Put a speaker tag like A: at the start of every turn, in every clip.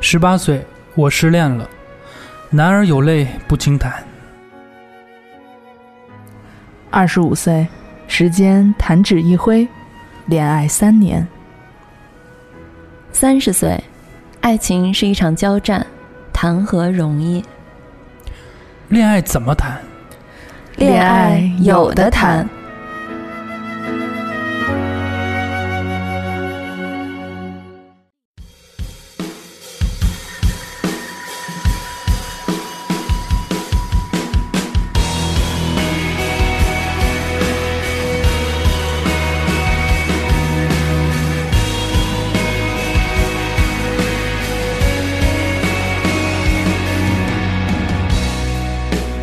A: 十八岁，我失恋了。男儿有泪不轻弹。
B: 二十五岁，时间弹指一挥，恋爱三年。
C: 三十岁，爱情是一场交战，谈何容易？
A: 恋爱怎么谈？
C: 恋爱有的谈。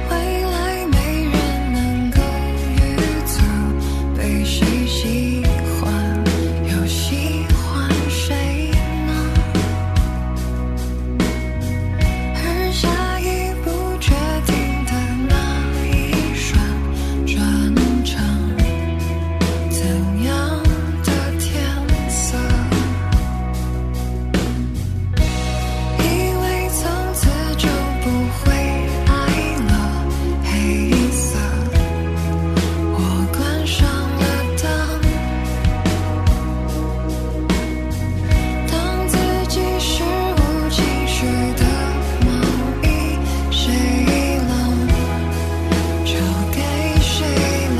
D: 未来没人能够预测被谁喜欢，又喜欢谁呢？而下一步决定的那一瞬，转成怎样的天色？因为从此就不会爱了，黑色。我关上了灯，当自己是无情绪的毛衣，谁冷就给谁冷。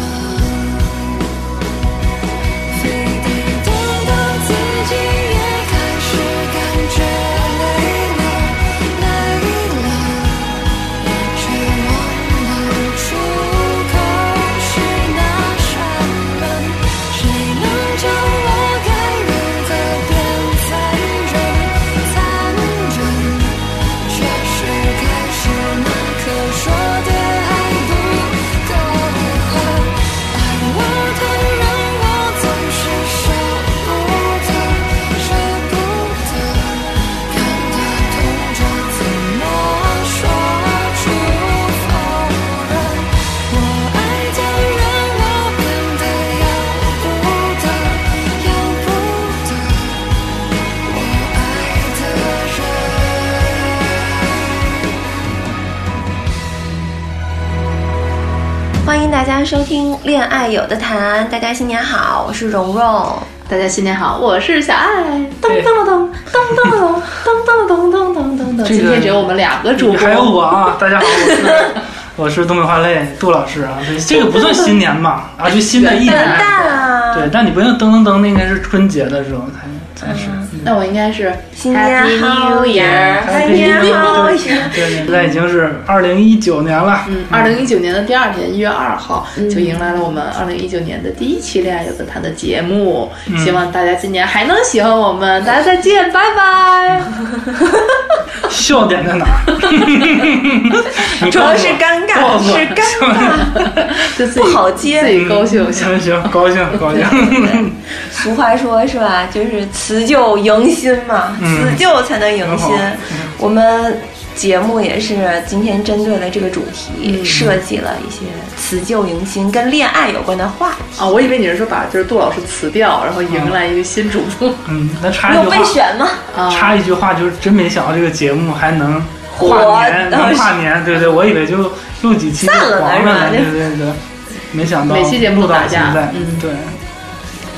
D: 非得等到自己也开始感觉累了、累了，却忘了出口是那扇门。谁能教我该如何变残忍？残忍，却是开始那刻说的还不够狠。爱我的人，我总是舍不得，舍不得，看他痛着，怎么说出否认？我爱的人，我变得要不得，要不得，我爱的人。
E: 欢迎大家收听《恋爱有的谈》，大家新年好，我是蓉蓉。
B: 大家新年好，我是小爱。
E: 噔噔噔噔噔噔噔噔噔噔噔噔。
A: 这个
B: 今天只有我们两个主播，
A: 还有我 啊！大家好，我是 我是东北话类杜老师啊。 对，这个不算新年吧？啊，就新的一
E: 笨
A: 年。
E: 蛋啊！
A: 对，但你不用噔噔噔，那应该是春节的时候才才是。
E: 嗯
B: 那我应该是
E: 新年好
B: Happy New Year
E: 新年好
A: 哎对对，现在已经是二零一九年了。
B: 嗯，二零一九年的第二天，一月二号
E: 嗯
B: 就迎来了我们二零一九年的第一期《恋爱有个谈》的节目。
A: 嗯
B: 希望大家今年还能喜欢我们，大家再见，拜 拜。
A: 笑点在哪儿？ 你
E: 主要
A: 告诉
E: 是
A: 我
E: 尴
A: 告
E: 尬，
A: 诉我
E: 是尴尬，
B: 就自己
E: 不好接
B: 自己高兴一下。
A: 行行，高兴高兴。
E: 俗话说是吧？就是辞旧迎新嘛，
A: 嗯
E: 辞旧才能迎新
A: 很好。
E: 我们节目也是今天针对了这个主题，设计了一些辞旧迎新跟恋爱有关的话题。
B: 啊，我以为你是说把就是杜老师辞掉，然后迎来一个新主播。
A: 嗯，那插一
E: 你
A: 句
E: 有备
A: 话，
E: 选吗？
B: 啊，
A: 插一句话，就是真没想到这个节目还能
E: 火
A: 跨年，
E: 当
A: 能
E: 时
A: 跨年，对对，我以为就录几期就
E: 散了呢
A: 黄
E: 是吧
A: 了呢，对对对，没想到
B: 每期节目
A: 录
B: 都
A: 到
B: 打架
A: 现在，
B: 嗯
A: 对，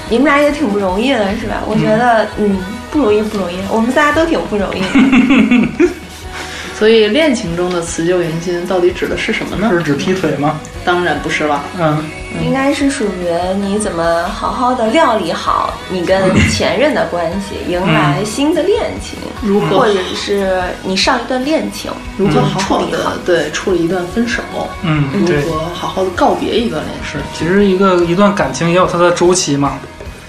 E: 你们俩也挺不容易的，是吧？我觉得，嗯，不容易，不容易。我们仨都挺不容易的。
B: 所以恋情中的辞旧迎新到底指的是什么呢？
A: 是指劈腿吗？
B: 当然不是了，
A: 嗯，
E: 应该是属于你怎么好好的料理好你跟前任的关系，迎来新的恋情，
B: 如何
E: 或者是你上一段恋情
B: 如何好好
E: 处理好
B: 的对处理一段分手，
A: 嗯
B: 如
A: 对。
B: 何好好的告别一段恋
A: 是，其实一个一段感情也有它的周期嘛，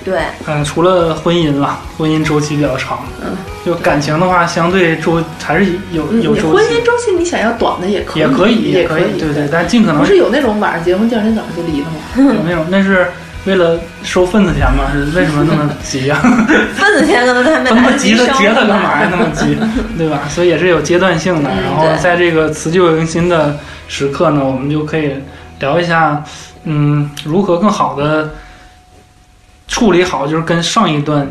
E: 对，
A: 嗯、除了婚姻啦，婚姻周期比较长，
B: 嗯，
A: 就感情的话，相对周还是有
B: 情。
A: 有
B: 你
A: 周
B: 婚姻
A: 期，
B: 周期你想要短的也可以，
A: 也可以，
B: 也
A: 可以，对对，
B: 对。
A: 但尽可能
B: 不是有那种晚上结婚第二天早上就离了吗？
A: 没有，那是为了收份子钱吗？是为什么那么急啊呀、
E: 份子钱可能他们
A: 那么
E: 拿
A: 急
E: 去
A: 的
E: 烧
A: 结它
E: 了
A: 干嘛
E: 吧。
A: 呀？那么 急，对吧？所以也是有阶段性的。
E: 嗯
A: 然后
E: 对
A: 在这个辞旧迎新的时刻呢，我们就可以聊一下，嗯，如何更好的处理好，就是跟上一段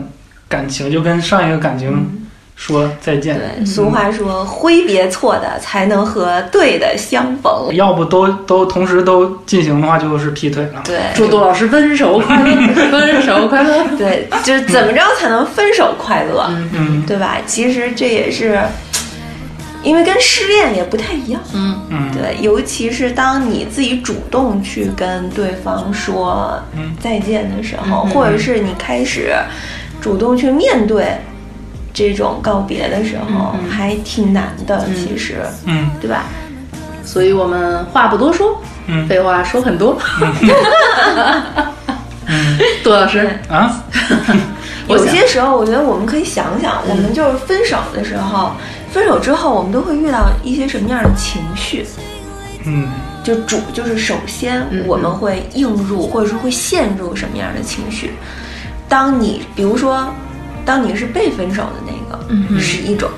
A: 感情，就跟上一个感情说再见。
E: 嗯对，俗话说“挥别错的，才能和对的相逢
A: 要不都都同时都进行的话，就是劈腿了”。。
E: 对，
B: 祝杜老师分手快 乐，分手快乐。
E: 对，就是怎么着才能分手快乐，
A: 嗯
E: 对吧？其实这也是，因为跟失恋也不太一样，
B: 嗯
A: 嗯，
E: 对，尤其是当你自己主动去跟对方说
A: 嗯
E: 再见的时候，或者是你开始主动去面对这种告别的时候，还挺难的，其实，
A: 嗯
E: 对吧？
B: 所以我们话不多说，
A: 嗯
B: 废话说很多。
A: 嗯
B: 杜老师，
A: 啊，
B: 我
E: 有
B: 想
E: 些时候，我觉得我们可以想想，我们就是分手的时候，分手之后，我们都会遇到一些什么样的情绪？
A: 嗯
E: 就主就是首先
B: 嗯
E: 我们会映入，或者说会陷入什么样的情绪？当你比如说，当你是被分手的那个，
B: 嗯哼
E: 是一种；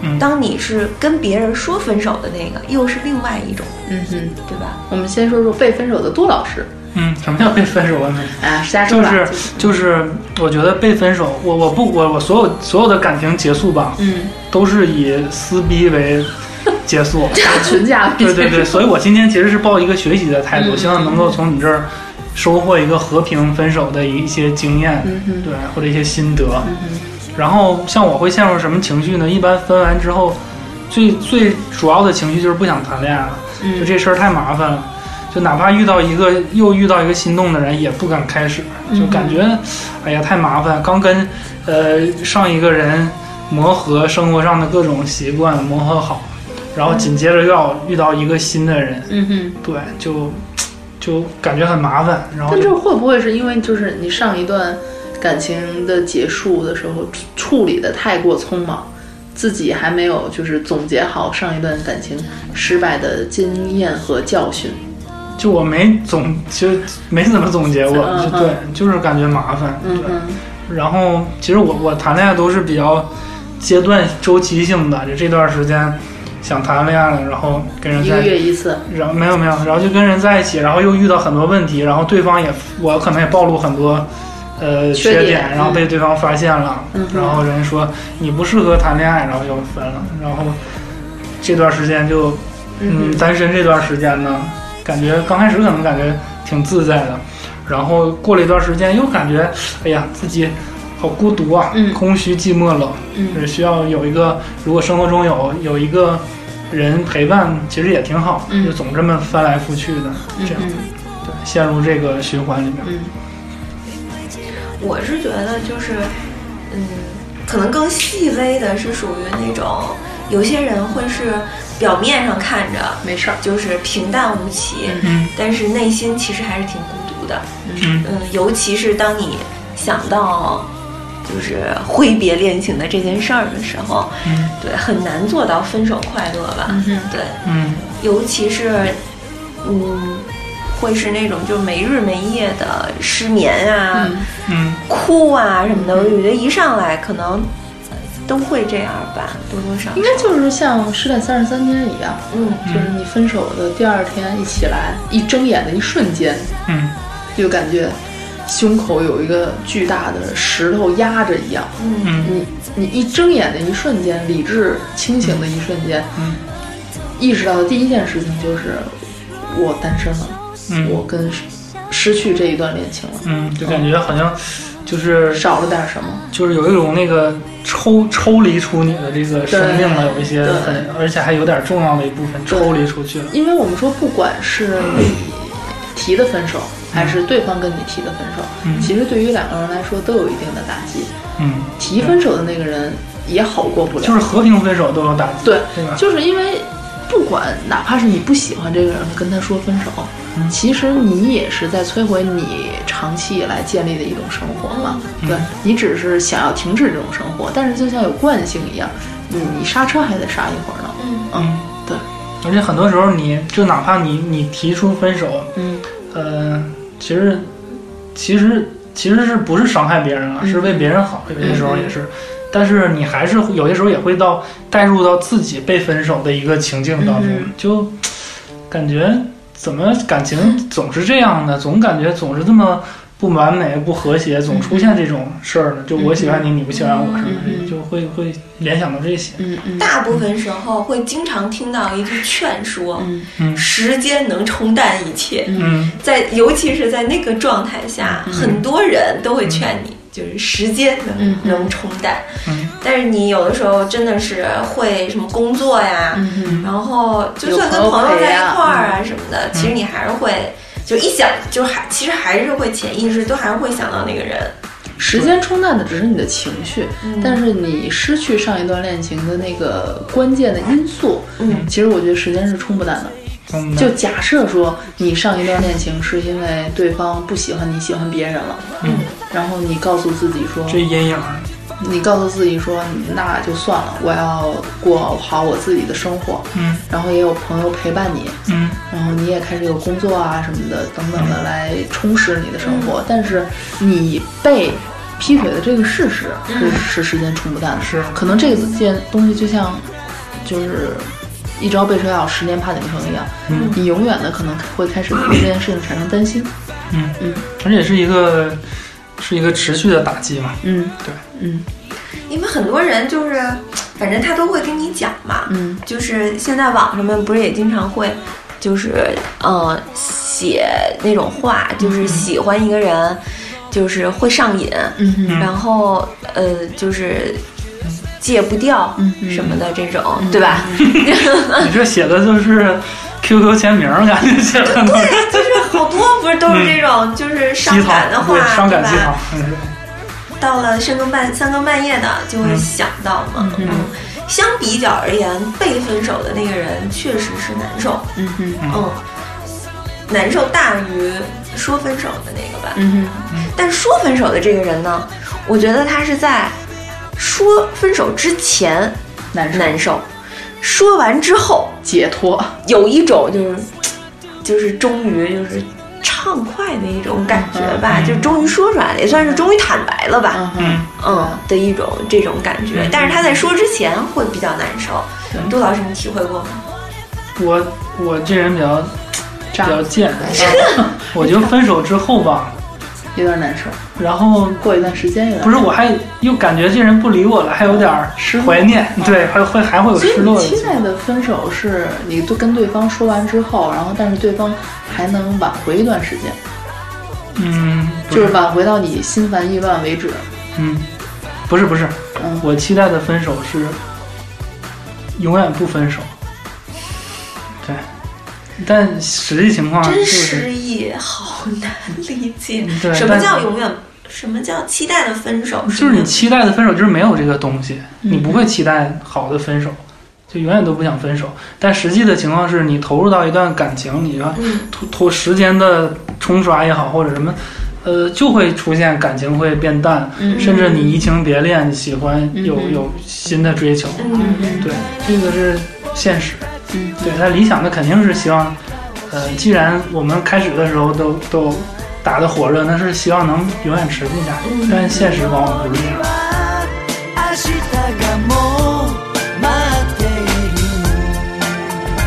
A: 嗯
E: 当你是跟别人说分手的那个，又是另外一种，
B: 嗯哼，
E: 对吧？
B: 我们先说说被分手的杜老师
A: 嗯，什么叫被分手完美？
B: 啊，瞎说
A: 就
B: 吧。
A: 是就是，我觉得被分手，我我不我我所有所有的感情结束吧，
B: 嗯，
A: 都是以撕逼为结束。
B: 打群架了，
A: 对对对，所以我今天其实是抱一个学习的态度，希望能够从你这儿收获一个和平分手的一些经验，对，或者一些心得。然后像我会陷入什么情绪呢？一般分完之后，最最主要的情绪就是不想谈恋爱了，就这事儿太麻烦了。就哪怕遇到一个又遇到一个心动的人，也不敢开始，就感觉，哎呀太麻烦。刚跟呃上一个人磨合生活上的各种习惯磨合好，然后紧接着又要遇到一个新的人，
B: 嗯哼。
A: 对，就就感觉很麻烦。然后
B: 但
A: 就
B: 这会不会是因为就是你上一段感情的结束的时候处处理的太过匆忙，自己还没有就是总结好上一段感情失败的经验和教训？
A: 就我没总就没怎么总结过，
B: 嗯
A: 就
B: 嗯
A: 对，就是感觉麻烦。
B: 嗯
A: 对，
B: 哼，
A: 然后其实我我谈恋爱都是比较阶段周期性的，就这段时间想谈恋爱了，然后跟人
B: 一
A: 在
B: 个月一次，
A: 然后没有没有，然后就跟人在一起，然后又遇到很多问题，然后对方也我可能也暴露很多呃
B: 缺
A: 缺
B: 点
A: 然后被对方发现了，
B: 嗯哼
A: 然后人说你不适合谈恋爱，然后就分了，然后这段时间就嗯
B: 哼
A: 单身这段时间呢，感觉刚开始可能感觉挺自在的，然后过了一段时间又感觉哎呀自己好孤独啊，
B: 嗯
A: 空虚寂寞冷，
B: 嗯
A: 就是需要有一个，如果生活中有有一个人陪伴，其实也挺好，
B: 嗯
A: 就总这么翻来覆去的，这样、
B: 嗯
A: 对，陷入这个循环里面。
B: 嗯
E: 我是觉得就是，嗯，可能更细微的是属于那种，有些人会是表面上看着
B: 没事儿，
E: 就是平淡无奇，
A: 嗯
E: 但是内心其实还是挺孤独的。
A: 嗯
E: 嗯，尤其是当你想到就是挥别恋情的这件事儿的时候，
A: 嗯
E: 对，很难做到分手快乐吧？
B: 哼
E: 对，
A: 嗯
E: 尤其是嗯，会是那种就没日没夜的失眠啊、
B: 嗯
A: 嗯
E: 哭啊什么的，我觉得一上来可能都会这样吧，多多少少
B: 应。该就是像《失恋三十三天》一样，
E: 嗯，
B: 就是你分手的第二天一起来，一睁眼的一瞬间，
A: 嗯
B: 就感觉胸口有一个巨大的石头压着一样。
A: 嗯
B: 你你一睁眼的一瞬间，理智清醒的一瞬间，
A: 嗯
B: 意识到的第一件事情就是我单身了，
A: 嗯
B: 我跟失失去这一段恋情了，
A: 嗯，就感觉好像就是
B: 少了点什么。
A: 就是有一种那个抽抽离出你的这个生命啊了，有一些
B: 对
A: 很，而且还有点重要的一部分抽离出去了。
B: 因为我们说，不管是
A: 嗯
B: 你提的分手，还是对方跟你提的分手，
A: 嗯
B: 其实对于两个人来说都有一定的打击。
A: 嗯，
B: 提分手的那个人也好过不了，
A: 就是和平分手都有打击，
B: 对，
A: 对吧？
B: 就是因为不管哪怕是你不喜欢这个人，跟他说分手，
A: 嗯
B: 其实你也是在摧毁你长期以来建立的一种生活嘛。
A: 嗯
B: 对你只是想要停止这种生活，但是就像有惯性一样，你你刹车还得刹一会儿呢。
E: 嗯
B: 嗯，对，
A: 而且很多时候你，就哪怕你你提出分手，
B: 嗯
A: 呃，其实其实其实是不是伤害别人啊，
B: 嗯
A: 是为别人好，有些时候也是。但是你还是会有些时候也会到带入到自己被分手的一个情境当中，
B: 嗯
A: 就感觉怎么感情总是这样的，总感觉总是这么。不完美、不和谐，
B: 嗯
A: 总出现这种事儿呢？就我喜欢你，你不喜欢我什么的，就会会联想到这些。
B: 嗯嗯
E: 大部分时候会经常听到一句劝说：“
B: 嗯
A: 嗯
E: 时间能冲淡一切。
A: 嗯，
E: 在尤其是在那个状态下，很多人都会劝你，就是时间能、
B: 嗯嗯
E: 能冲淡。
A: 嗯
E: 但是你有的时候真的是会什么工作呀，
B: 嗯
E: 然后就算跟
B: 有朋
E: 朋
B: 友
E: 友
B: 陪
E: 在
B: 啊
E: 一块儿啊什么的，其实你还是会。就一想，就还其实还是会潜意识都还是会想到那个人，
B: 时间冲淡的只是你的情绪，
E: 嗯
B: 但是你失去上一段恋情的那个关键的因素，
E: 嗯
B: 其实我觉得时间是冲不淡的。
A: 嗯
B: 就假设说你上一段恋情是因为对方不喜欢你，喜欢别人了，
A: 嗯，
B: 然后你告诉自己说，
A: 这阴影儿，
B: 你告诉自己说，那就算了，我要过好我自己的生活，
A: 嗯
B: 然后也有朋友陪伴你，
A: 嗯
B: 然后你也开始有工作啊什么的等等的来充实你的生活，
A: 嗯
B: 但是你被劈腿的这个事实是、是时间冲不淡的，
A: 嗯是
B: 可能这件东西就像就是一朝被蛇咬，十年怕井绳一样，
A: 嗯
B: 你永远的可能会开始对这件事情产生担心，
A: 嗯
B: 嗯，
A: 而且是一个是一个持续的打击嘛。
B: 嗯，
A: 对，
B: 嗯
E: 因为很多人就是，反正他都会跟你讲嘛，
B: 嗯
E: 就是现在网上面不是也经常会，就是呃写那种话，就是喜欢一个人，就是会上瘾，
B: 嗯哼
E: 然后呃就是戒不掉
B: 嗯嗯
E: 什么的这种，对吧？
A: 你这写的就是 QQ 签名儿，感觉写的很多
E: 就是好多不是都是这种，就是
A: 鸡
E: 伤
A: 汤
E: 感的，话，
A: 对，伤感鸡
E: 对吧
A: 汤，嗯是
E: 到了深更半三更半夜的，就会想到嘛。嗯，相比较而言，被分手的那个人确实是难受。
B: 嗯哼
E: 嗯，难受大于说分手的那个吧。
B: 嗯哼
E: 但说分手的这个人呢，我觉得他是在说分手之前
B: 难受
E: 难受，说完之后
B: 解脱，
E: 有一种就是
A: 嗯
E: 就是终于就是畅快的一种感觉吧，就终于说出来了，也算是终于坦白了吧。
B: 嗯
A: 嗯
B: 哼
A: 嗯
E: 嗯的一种这种感觉，但是他在说之前会比较难受。杜老师，你体会过吗？
A: 我我这人比较
B: 这
A: 比较
B: 样
A: 贱，我觉得分手之后吧，
B: 有点难受，
A: 然后
B: 过一段时间有点
A: 不是我还又感觉这人不理我了，还有点儿
B: 失落
A: 怀念，对，还会还会有
B: 所以
A: 失
B: 你
A: 落的情
B: 期
A: 绪，
B: 待的分手是你都跟对方说完之后，然后但是对方还能挽回一段时间，
A: 嗯，不
B: 就是挽回到你心烦意乱为止。
A: 嗯，不是不是，
B: 嗯
A: 我期待的分手是永远不分手，对，但实际情况啊就
E: 真
A: 是
E: 失忆好难理解
A: 嗯，对
E: 什么
A: 但
E: 叫永远？什么叫期待的分手？
A: 就是你期待的分手就是没有这个东西，你不会期待好的分手，就永远都不想分手。但实际的情况是你投入到一段感情，你要
E: 嗯
A: 突突时间的冲刷也好，或者什么，呃，就会出现感情会变淡，
B: 嗯
A: 甚至你移情别恋，你喜欢有、
B: 嗯
A: 有新的追求，
E: 嗯，
A: 对，这个是现实。
B: 嗯，
A: 对他理想的肯定是希望，呃，既然我们开始的时候都都打得火热，那是希望能永远持续下去，但现实往往不是这样。
D: 明日がもう待っている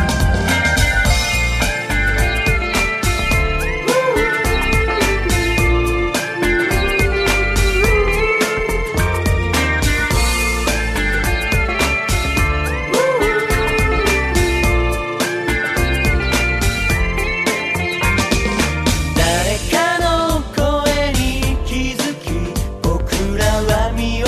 D: 誰かの声に気づき僕らは未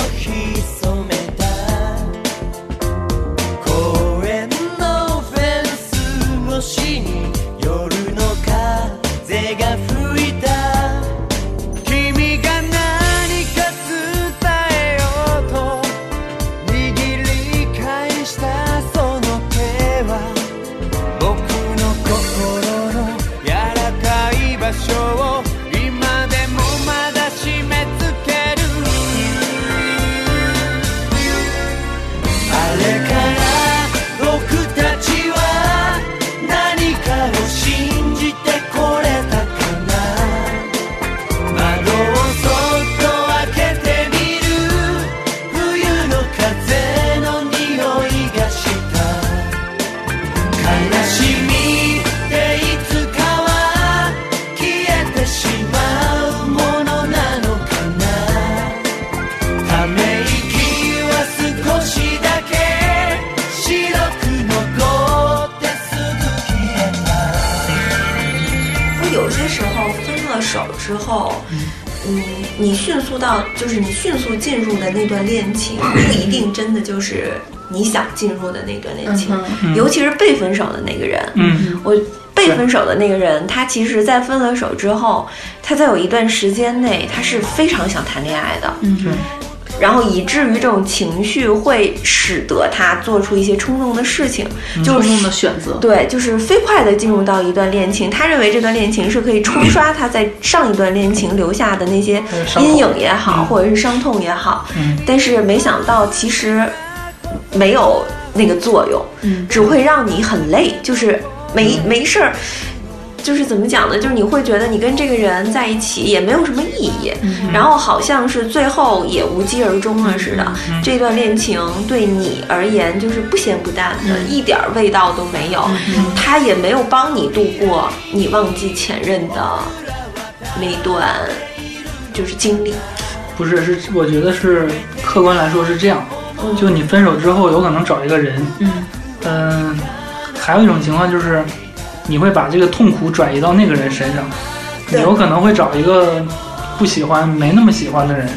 E: 之后，嗯，你迅速到就是你迅速进入的那段恋情，不一定真的就是你想进入的那段恋情
B: 嗯，
E: 尤其是被分手的那个人，
A: 嗯
E: 我被分手的那个人，他其实在分了手之后，他在有一段时间内，他是非常想谈恋爱的，
B: 嗯
A: 是
E: 然后以至于这种情绪会使得他做出一些冲动的事情，就
B: 冲
E: 是
B: 动的选择，
E: 对，就是飞快的进入到一段恋情，他认为这段恋情是可以冲刷他在上一段恋情留下的那些
A: 嗯伤口
E: 阴影也好，
A: 嗯
E: 或者是伤痛也好，
A: 嗯
E: 但是没想到其实没有那个作用，
B: 嗯
E: 只会让你很累，就是没、
A: 嗯
E: 没事儿。就是怎么讲呢？就是你会觉得你跟这个人在一起也没有什么意义，然后好像是最后也无疾而终了似的。这段恋情对你而言就是不咸不淡的，一点儿味道都没有。他也没有帮你度过你忘记前任的那段就是经历。
A: 不是，是我觉得是客观来说是这样，就你分手之后有可能找一个人，
B: 嗯
A: 嗯，还有一种情况就是你会把这个痛苦转移到那个人身上，你
E: 对
A: 有可能会找一个不喜欢、没那么喜欢的人，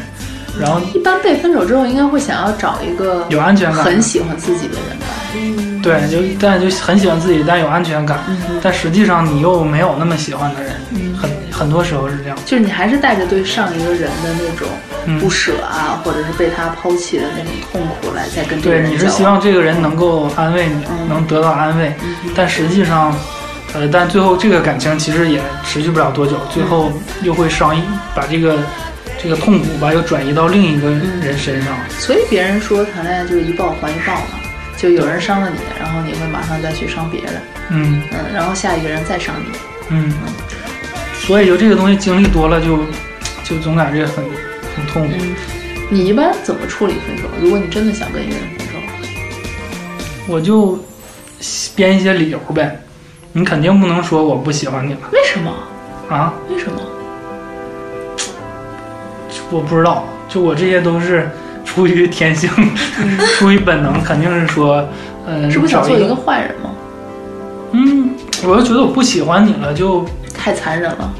A: 然后
B: 一般被分手之后，应该会想要找一个
A: 有安全感，
B: 很喜欢自己的人吧。
E: 嗯，
A: 对，就但就很喜欢自己，但有安全感，
B: 嗯，
A: 但实际上你又没有那么喜欢的人，很很多时候是这样。
B: 就是你还是带着对上一个人的那种
A: 嗯
B: 不舍啊，或者是被他抛弃的那种痛苦来再跟这个
A: 对，
B: 人
A: 你是希
B: 交往
A: 望这个人能够安慰你，
B: 嗯
A: 能得到安慰，但实际上，呃，但最后这个感情其实也持续不了多久，最后
B: 嗯
A: 又会伤，把这个这个痛苦吧又转移到另一个
B: 嗯
A: 人身上。
B: 所以别人说谈恋爱就是一报还一报嘛，就有人伤了你，然后你会马上再去伤别人，
A: 嗯
B: 嗯，然后下一个人再伤你，
A: 嗯，所以就这个东西经历多了就，就总感觉很很痛苦。
B: 嗯，你一般怎么处理分手？如果你真的想跟一个人分手，
A: 我就编一些理由呗，你肯定不能说我不喜欢你了
B: 为什么？
A: 啊。
B: 为什么？
A: 我不知道，就我这些都是出于天性， 出于本能，肯定是说，嗯，
B: 嗯是不是想
A: 找
B: 做
A: 一
B: 一个，坏人吗？
A: 嗯，我又觉得我不喜欢你了，就
B: 太残忍了。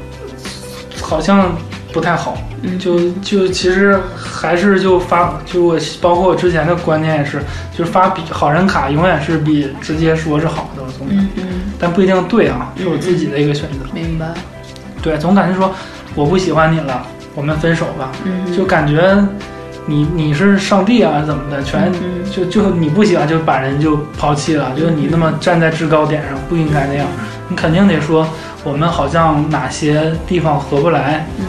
A: 好像不太好，
B: 嗯
A: 就就其实还是就发，就我包括我之前的观念也是，就是发比好人卡永远是比直接说是好的，我总感觉，
B: 嗯嗯，
A: 但不一定对啊，是我自己的一个选择，
B: 明白。
A: 对，总感觉说我不喜欢你了，我们分手吧，
B: 嗯，
A: 就感觉你你是上帝啊怎么的，全
B: 嗯嗯
A: 就就你不喜欢就把人就抛弃了，就是你那么站在制高点上不应该那样，你肯定得说我们好像哪些地方合不来，
B: 嗯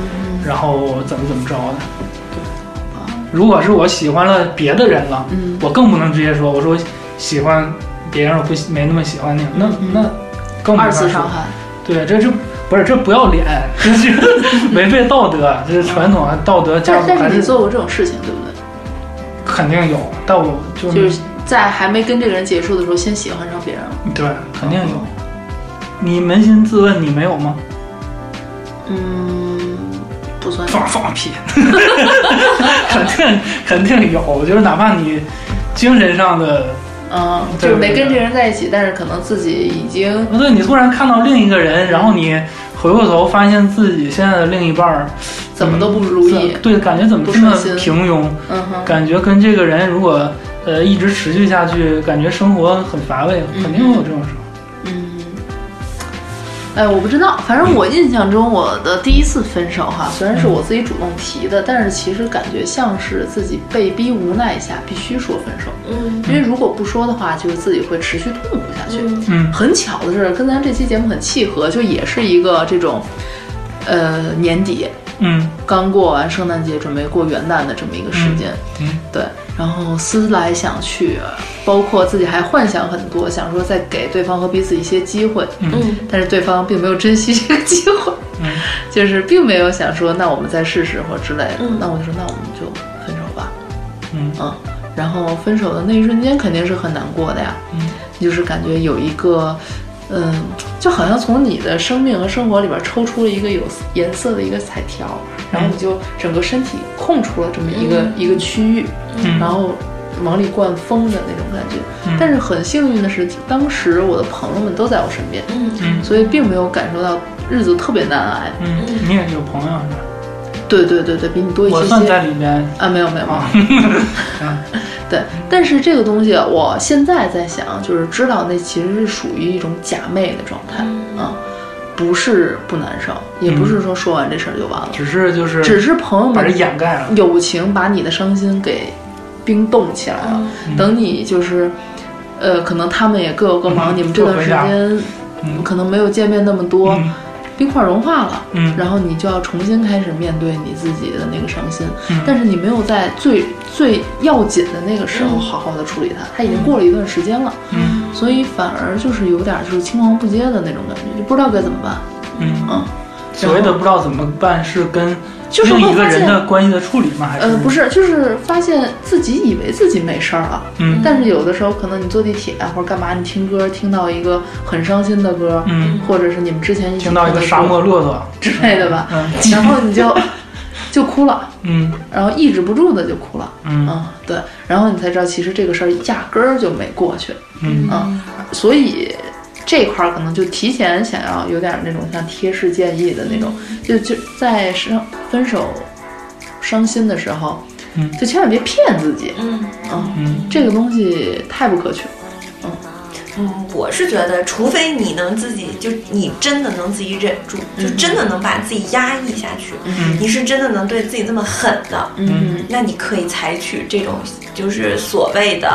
A: 然后怎么怎么着的。对，如果是我喜欢了别的人了，
B: 嗯
A: 我更不能直接说我说我喜欢别人，我不喜没那么喜欢你，那
B: 嗯
A: 那更
B: 嗯，
A: 没法
B: 二次
A: 说
B: 伤害。
A: 对，这是不是这不要脸，这是 违背道德，这是传统啊，道德价
B: 但
A: 值
B: 但
A: 还
B: 是你
A: 是
B: 做过这种事情，对不对？
A: 肯定有，但我就
B: 就是在还没跟这个人结束的时候，先喜欢上别人了。
A: 对，肯定有。你扪心自问，你没有吗？
B: 嗯，不算。
A: 放放屁， 肯定肯定有，就是哪怕你精神上的，
B: 嗯，
A: 对
B: 就是没跟这个人在一起，但是可能自己已经
A: 不对，你突然看到另一个人，然后你回过头发现自己现在的另一半儿
B: 怎么都不如意
A: 怎。对，感觉怎么
B: 不
A: 这么
B: 顺心
A: 平庸，
B: 嗯哼，
A: 感觉跟这个人如果呃一直持续下去，感觉生活很乏味，肯定会有这种时候。
B: 嗯，哎，我不知道，反正我印象中我的第一次分手哈，虽然是我自己主动提的，但是其实感觉像是自己被逼无奈下必须说分手，
E: 嗯
B: 因为如果不说的话，就是自己会持续痛苦下去。
E: 嗯
A: 嗯
B: 很巧的是，跟咱这期节目很契合，就也是一个这种，呃，年底
A: 嗯
B: 刚过完圣诞节，准备过元旦的这么一个时间。
A: 嗯
B: 对，然后思来想去，包括自己还幻想很多，想说再给对方和彼此一些机会，
E: 嗯
B: 但是对方并没有珍惜这个机会，
A: 嗯
B: 就是并没有想说那我们再试试或之类的。
E: 嗯
B: 那我就说那我们就分手吧，
A: 嗯
B: 嗯。然后分手的那一瞬间肯定是很难过的呀，
A: 嗯
B: 就是感觉有一个，嗯，就好像从你的生命和生活里边抽出了一个有颜色的一个彩条，
A: 嗯
B: 然后你就整个身体空出了这么一个、一个区域，
A: 嗯
B: 然后往里灌风的那种感觉。
A: 嗯
B: 但是很幸运的是，当时我的朋友们都在我身边，
E: 嗯
A: 嗯
B: 所以并没有感受到日子特别难挨。
A: 嗯，你也有朋友是吧？
B: 对对对对，比你多一
A: 我
B: 些
A: 算
B: 些。
A: 在里边
B: 啊，没有没有，没有
A: 啊。
B: 对，但是这个东西我现在在想，就是知道那其实是属于一种假寐的状态
A: 嗯
B: 啊，不是不难受，也不是说说完这事儿就完了，
A: 只是嗯就是
B: 只是朋友
A: 把这
B: 们
A: 掩盖了。
B: 友情把你的伤心给冰冻起来了，
A: 嗯
B: 等你就是。呃，可能他们也各有各忙，
A: 嗯
B: 你们这段
A: 各
B: 时
A: 回家
B: 间、
A: 嗯
B: 可能没有见面那么多，
A: 嗯
B: 冰块融化了，
A: 嗯
B: 然后你就要重新开始面对你自己的那个伤心，
A: 嗯
B: 但是你没有在最最要紧的那个时候好好的处理它，它已经过了一段时间了，
A: 嗯
B: 所以反而就是有点就是青黄不接的那种感觉，就不知道该怎么办，
A: 嗯，
B: 嗯，
A: 所谓的不知道怎么办，是跟
B: 就是
A: 另
B: 会
A: 一个
B: 发
A: 人
B: 现
A: 的关系的处理吗？还是
B: 呃，不是，就是发现自己以为自己没事儿了，
A: 嗯
B: 但是有的时候可能你坐地铁啊或者干嘛，你听歌听到一个很伤心的歌，
A: 嗯，
B: 或者是你们之前一起
A: 听到一个
B: 听的
A: 沙
B: 歌
A: 漠骆驼，
B: 之类的吧，
A: 嗯
B: 然后你 就就哭了，
A: 嗯
B: 然后抑制不住的就哭了。
A: 嗯
B: 啊，对，然后你才知道其实这个事儿压根儿就没过去，
A: 嗯
B: 啊，所以这块儿可能就提前想要有点儿那种像贴士建议的那种，
A: 嗯
B: 就就在伤分手伤心的时候，
A: 嗯
B: 就千万别骗自己，
E: 嗯。
B: 啊，
A: 嗯
B: 这个东西太不可取，
E: 嗯，我是觉得，除非你能自己，就你真的能自己忍住，就真的能把自己压抑下去，
A: 嗯
E: 你是真的能对自己这么狠的，
A: 嗯
E: 那你可以采取这种就是所谓的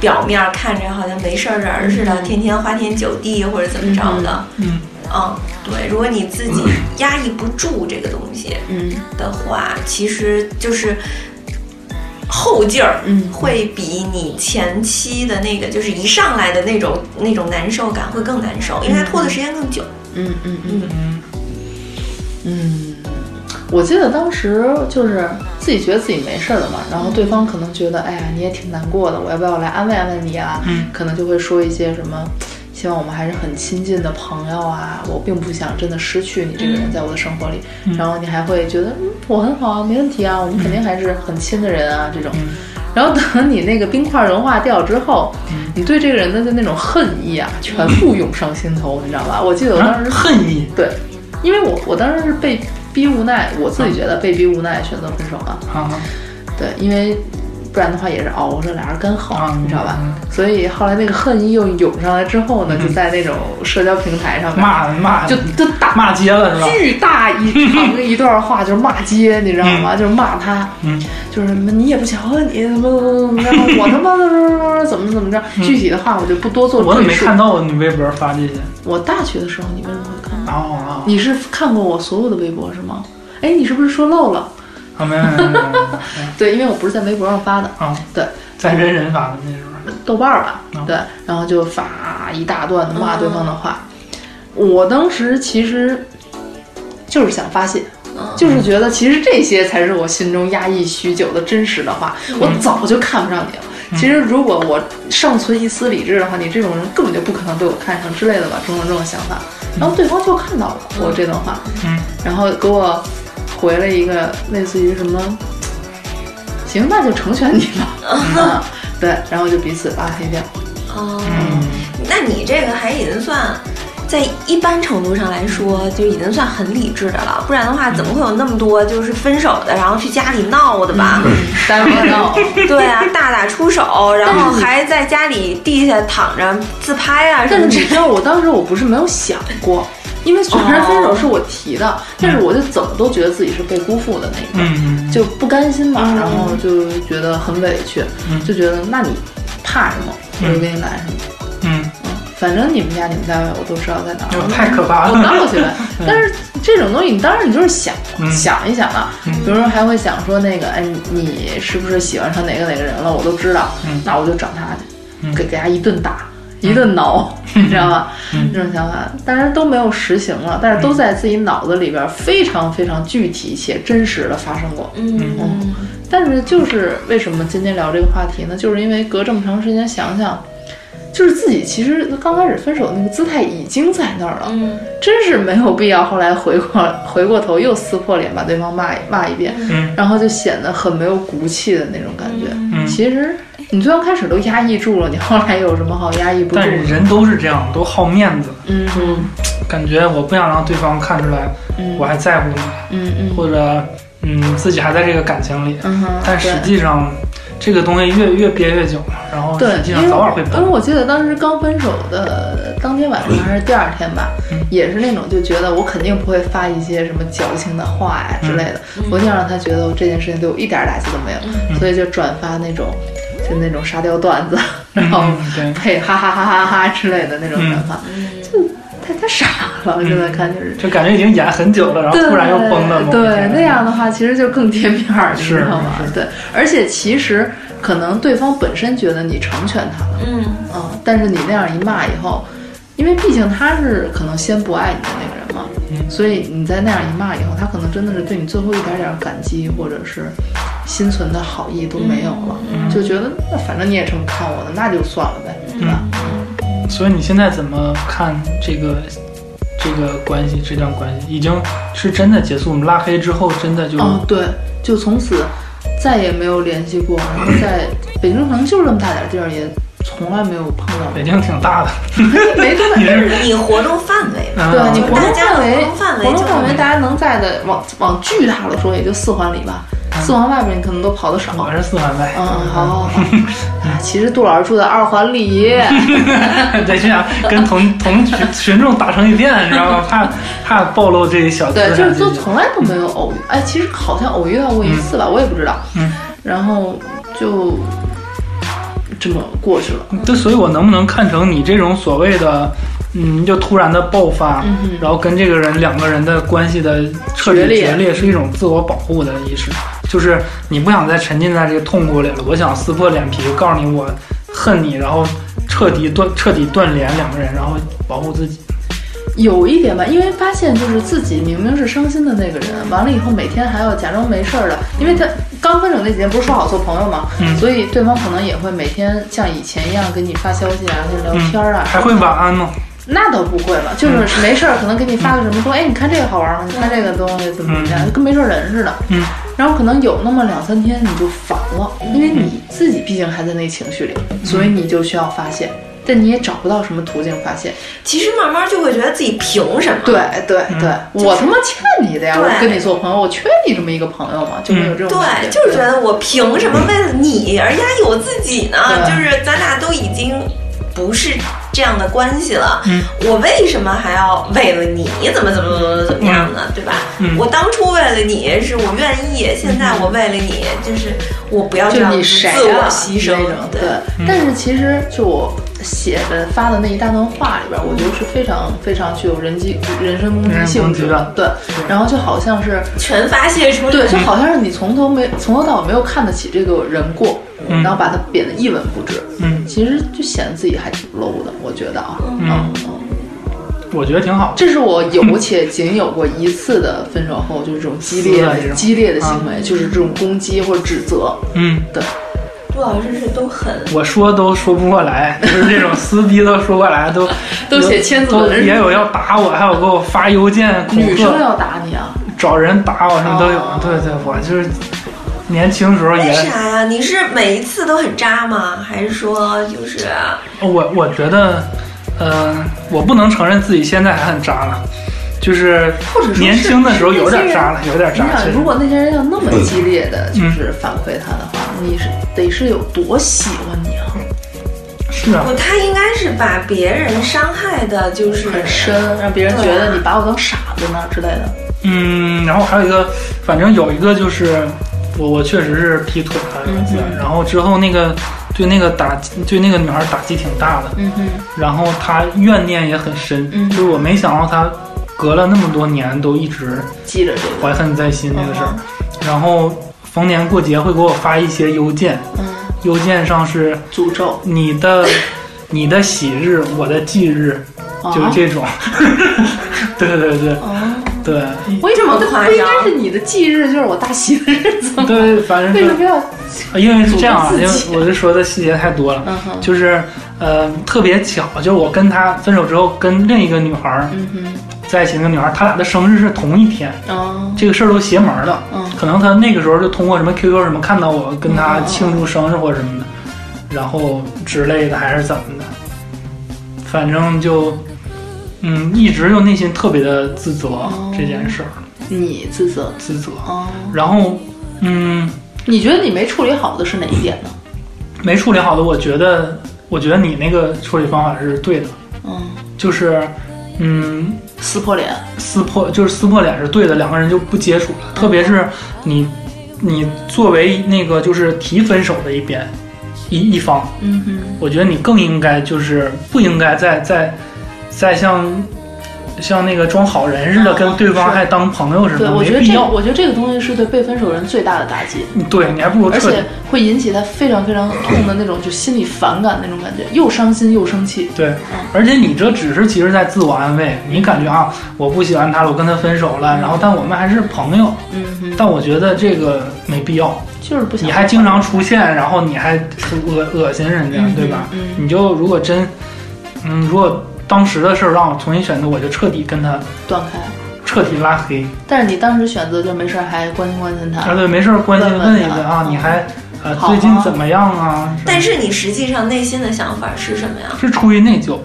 E: 表面看着好像没事儿人似的，天天花天酒地或者怎么着的，
A: 嗯
E: 嗯，对，如果你自己压抑不住这个东西
B: 嗯
E: 的话，其实就是。后劲儿，
B: 嗯
E: 会比你前期的那个，就是一上来的那种那种难受感会更难受，因为它拖的时间更久。
B: 嗯嗯嗯
A: 嗯
B: 嗯，我记得当时就是自己觉得自己没事儿了嘛，然后对方可能觉得，哎呀，你也挺难过的，我要不要来安慰安慰你啊？
A: 嗯
B: 可能就会说一些什么，希望我们还是很亲近的朋友啊，我并不想真的失去你这个人在我的生活里。然后你还会觉得，嗯，我很好啊，没问题啊，我们肯定还是很亲的人啊，这种。然后等你那个冰块融化掉之后，你对这个人的那种恨意啊，全部涌上心头，你知道吧？我记得我
A: 啊
B: 当时
A: 恨意
B: 对，因为我我当时是被逼无奈，我自己觉得被逼无奈选择分手了。
A: 啊，
B: 对，因为不然的话也是熬着俩人干耗，
A: 啊
B: 你知道吧？
A: 嗯
B: 所以后来那个恨意又涌上来之后呢，就在那种社交平台上面
A: 骂骂
B: 就就打
A: 骂街了是吧？
B: 巨大一 长一段话，就是骂街，你知道吗？就是骂他，
A: 嗯
B: 就是什么你也不瞧瞧你怎么怎么怎么着，我他妈的怎么怎么着，具体的话我就不多做
A: 嗯我怎么
B: 赘
A: 没
B: 述。
A: 看到你微博发这些？
B: 我大学的时候，你为什么会看？
A: 哦
B: 你是看过我所有的微博是吗？哎，你是不是说漏了？
A: 哦，啊没有没有没有没有
B: 对，因为我不是在微博上发的，
A: 啊，
B: 对，
A: 在人人发的那时候，
B: 豆瓣儿吧
A: 啊，
B: 对，然后就发一大段的骂对方的话。我当时其实就是想发泄，就是觉得其实这些才是我心中压抑许久的真实的话，我早就看不上你了。
A: 嗯
B: 其实，如果我尚存一丝理智的话，你这种人根本就不可能对我看上之类的吧，种种这种想法。然后对方就看到了我这段话，
A: 嗯，
B: 然后给我回了一个类似于什么，行，那就成全你吧，啊，对，然后就彼此拉黑掉。
E: 哦、那你这个还已经算。在一般程度上来说，就已经算很理智的了，不然的话，怎么会有那么多就是分手的，然后去家里闹的吧？
B: 单位
A: 哦
B: 闹，
E: 对啊，大打出手，然
B: 嗯
E: 后还在家里地下躺着自拍啊什
B: 但是
E: 么
B: 你
E: 的。
B: 知道，我当时我不是没有想过，因为虽然分
A: 哦
B: 手是我提的，但是我就怎么都觉得自己是被辜负的那一个，
A: 嗯嗯
B: 就不甘心嘛，然后就觉得很委屈，
A: 嗯
B: 就觉得那你怕什么，我就给你来什么。
A: 嗯，
B: 反正你们家、你们单位我都知道在哪儿，
A: 就哦太可怕
B: 我
A: 了，
B: 闹起 来。但是这种东西，你当然你就是想、
A: 嗯
B: 想一想啊，比如说还会想说那个，哎，你是不是喜欢上哪个哪个人了？我都知道，
A: 嗯
B: 那我就找他去，
A: 嗯
B: 给给他一顿打。一顿挠，你知道吗？
A: 嗯
B: 这种想法，当然都没有实行了，但是都在自己脑子里边非常非常具体且真实的发生过。
E: 嗯，
B: 但是就是为什么今天聊这个话题呢？就是因为隔这么长时间想想，就是自己其实刚开始分手那个姿态已经在那儿了，
E: 嗯，
B: 真是没有必要后来回过回过头又撕破脸把对方骂一骂一遍，
A: 嗯
B: 然后就显得很没有骨气的那种感觉。
A: 嗯嗯，
B: 其实你最刚开始都压抑住了，你后来有什么好压抑不住
A: 但是
B: 的？
A: 人都是这样，都好面子，
B: 嗯嗯
A: 感觉我不想让对方看出来
B: 嗯
A: 我还在乎你，
B: 嗯嗯
A: 或者嗯自己还在这个感情里，
B: 嗯哼，
A: 但实
B: 对
A: 际上这个东西越越憋越久嘛，然后
B: 对
A: 实，际
B: 因
A: 上
B: 为嗯
A: 早晚会嗯
B: 因为
A: 崩。
B: 我记得当时刚分手的当天晚上还是第二天吧，
A: 嗯
B: 也是那种就觉得我肯定不会发一些什么矫情的话呀
A: 嗯
B: 之类的，我一定要让他觉得我这件事情对我一点儿打击都没有，
A: 嗯
B: 所以就转发那种就那种沙雕段子，然后
A: 嗯对
B: 配哈哈哈哈哈哈之类的那种
A: 嗯
B: 转发，就太太傻了，现在看就是。
A: 就感觉已经演很久了，然后
B: 对
A: 突然又崩了。某一
B: 对，
A: 天
B: 那样的话其实就更贴面儿，你知
A: 是
B: 道吗
A: 是？
B: 对，而且其实可能对方本身觉得你成全他了，
E: 嗯，
B: 嗯，但是你那样一骂以后，因为毕竟他是可能先不爱你的那个人嘛，
A: 嗯
B: 所以你在那样一骂以后，他可能真的是对你最后一点点感激或者是心存的好意都没有了，就觉得那反正你也这么看我的，那就算了呗，对吧？
A: 所以你现在怎么看这个这个关系？这段关系已经是真的结束，我们拉黑之后真的就、
B: 哦，对，就从此再也没有联系过，然后在北京城就是这么大点地儿，也从来没有碰到过
A: 北，京挺大的，
B: 没多 大
A: 你。是
E: 你活动范围嘛，
B: 对你
A: 嗯
B: 活动
E: 大家
B: 范
E: 的
B: 围
E: 活动，范围
B: 活动
E: 就
B: 范围，
E: 是
B: 大家能在的往往巨大了说，也就四环里吧。四环外边你可能都跑得少。
A: 我是四环外，
B: 嗯， 好好好。哎其实杜老师住在二环里，
A: 对，就想跟 同同群群众打成一片，你知道吗？怕怕暴露这些小资
B: 对，
A: 产
B: 就是
A: 阶
B: 都
A: 级
B: 从来都没有偶遇。哎，其实好像偶遇到过一次吧，我也不知道。
A: 啊嗯。
B: 然后就这么过去了。
A: 对，所以我能不能看成你这种所谓的，嗯，就突然的爆发，
B: 嗯哼
A: 然后跟这个人两个人的关系的彻底
B: 决裂
A: 决裂，是一种自我保护的意识，就是你不想再沉浸在这个痛苦里了，我想撕破脸皮，告诉你我恨你，然后彻底断彻底断联两个人，然后保护自己。
B: 有一点吧，因为发现就是自己明明是伤心的那个人，完了以后每天还要假装没事儿的，因为他刚分手那几天不是说好做朋友嘛，
A: 嗯
B: 所以对方可能也会每天像以前一样给你发消息啊，跟你聊天儿啊，
A: 还会晚安吗？
B: 那倒不会了，就是没事儿可能给你发个什么说，哎，你看这个好玩吗？你看这个东西怎么怎么样，就跟没事儿人似的。
A: 嗯，
B: 然后可能有那么两三天你就烦了，因为你自己毕竟还在那情绪里，
A: 嗯
B: 所以你就需要发泄，但你也找不到什么途径发泄。
E: 其实慢慢就会觉得自己凭什么？
B: 对对对，我他妈欠你的呀！
E: 嗯对嗯
B: 我跟你做朋友，我缺你这么一个朋友嘛，就会有这种感
E: 对，就是觉得我凭什么为了你而压抑我自己呢？
B: 对
E: 就是咱俩都已经不是这样的关系了，
A: 嗯
E: 我为什么还要为了你怎么怎么怎么怎么样呢？对吧？
A: 嗯
E: 我当初为了你是我愿意，现在我为了你就是我不要这
B: 就
E: 样
B: 你
E: 子
B: 谁
E: 自我
B: 啊
E: 牺牲
B: 那种，对
E: 对。。嗯
B: 但是其实就我写的发的那一大段话里边，我觉得是非常非常具有人机人身攻击性质
A: 人身攻击的
B: 的，对。然后就好像是
E: 全发泄出来，
B: 对，就好像是你从头没从头到尾没有看得起这个人过，
A: 嗯
B: 然后把他贬得一文不值，
A: 嗯，
B: 其实就显得自己还挺 low 的，我觉得啊，
A: 嗯
B: 嗯
A: 我觉得挺好的。
B: 这是我有且仅有过一次的分手后，就是这种啊激烈
A: 撕的这
B: 的
A: 种
B: 激烈的行为，就是这种攻击或者指责。
A: 嗯，
B: 对，
E: 杜老师是都很
A: 我说都说不过来， 就是这种撕逼都说不过来，都
B: 都写千字文
A: 都也有要打我，还有给我发邮件恐吓。
B: 女生要打你啊，
A: 找人打我什么都有。
B: 哦
A: 对对，我就是年轻时候
E: 为
A: 也，
E: 啥啊呀？你是每一次都很渣吗？还是说就是
A: 我我觉得，呃，我不能承认自己现在还很渣了，就是
B: 或者说
A: 年轻的时候有点渣了，有点
B: 你
A: 渣。其
B: 想，
A: 实
B: 如果那些人要那么激烈的，就是反馈他的话，你是得是有多喜欢你啊，
A: 是啊，
E: 不？他应该是把别人伤害的，就是
B: 很深，让别人觉得你把我当傻子呢之类的。
A: 嗯，然后还有一个，反正有一个就是我我确实是劈腿了，
B: 嗯
A: 有一次然后之后那个对那个打击对那个女孩打击挺大的，
B: 嗯哼，
A: 然后她怨念也很深，
B: 嗯
A: 就是我没想到她隔了那么多年都一直
B: 记着这个，
A: 怀恨在心
B: 嗯
A: 这个事儿。然后逢年过节会给我发一些邮件，
B: 嗯，
A: 邮件上是
B: 诅咒
A: 你 的、你的喜日、我的忌日，就是
B: 哦
A: 这种。 对对对
B: 啊，
A: 对
B: 为什么
E: 这么夸张
B: 不应该是你的忌日，就是我大喜的日子吗？
A: 对，反正
B: 为什
A: 就
B: 么要？
A: 因为是这样啊，
B: 诅咒
A: 因
B: 自
A: 为
B: 己
A: 我就说的细节太多了，
B: 嗯哼，
A: 就是呃特别巧，就是我跟他分手之后跟另一个女孩儿
B: 嗯哼，
A: 在一起那个女孩，她俩的生日是同一天，
B: 哦，
A: 这个事儿都邪门儿了。
B: 嗯
A: 可能她那个时候就通过什么 QQ 什么看到我跟她庆祝生日或者什么的，然后之类的还是怎么的，反正就嗯，一直就内心特别的自责
B: 哦
A: 这件事儿，
B: 你自责
A: 自责。
B: 哦，
A: 然后嗯，
B: 你觉得你没处理好的是哪一点呢？
A: 没处理好的，我觉得我觉得你那个处理方法是对的，
B: 嗯，
A: 就是嗯，
B: 撕破脸，
A: 撕破就是撕破脸是对的，两个人就不接触了。特别是你，你作为那个就是提分手的一边一一方，
B: 嗯哼，
A: 我觉得你更应该就是不应该再再再像像那个装好人似的
B: 嗯
A: 跟对方
B: 是
A: 还当朋友似
B: 对，
A: 的，
B: 我觉
A: 没
B: 得
A: 必
B: 这个，
A: 要。
B: 我觉得这个东西是对被分手人最大的打击，
A: 对你还不如
B: 而
A: 彻底
B: 且会引起他非常非常痛的那种，就心里反感那种感觉，又伤心又生气。
A: 对，而且你这只是其实在自我安慰，你感觉啊，我不喜欢他了，我跟他分手了，然后但我们还是朋友，
B: 嗯哼，
A: 但我觉得这个没必要。
B: 就是不想。
A: 你还经常出现，然后你还恶恶心人家，对吧？
B: 嗯
A: 你就如果真，嗯，如果当时的事儿让我重新选择，我就彻底跟他
B: 断开，
A: 彻底拉黑。
B: 但是你当时选择就没事儿还关心关心
A: 啊，
B: 他，
A: 对，没事儿关心
B: 问问
A: 问一
B: 他
A: 问啊，
B: 嗯
A: 你还呃
B: 好
A: 最近
B: 啊
A: 怎么样啊？
E: 但是你实际上内心的想法是什么呀？
A: 是出于内疚，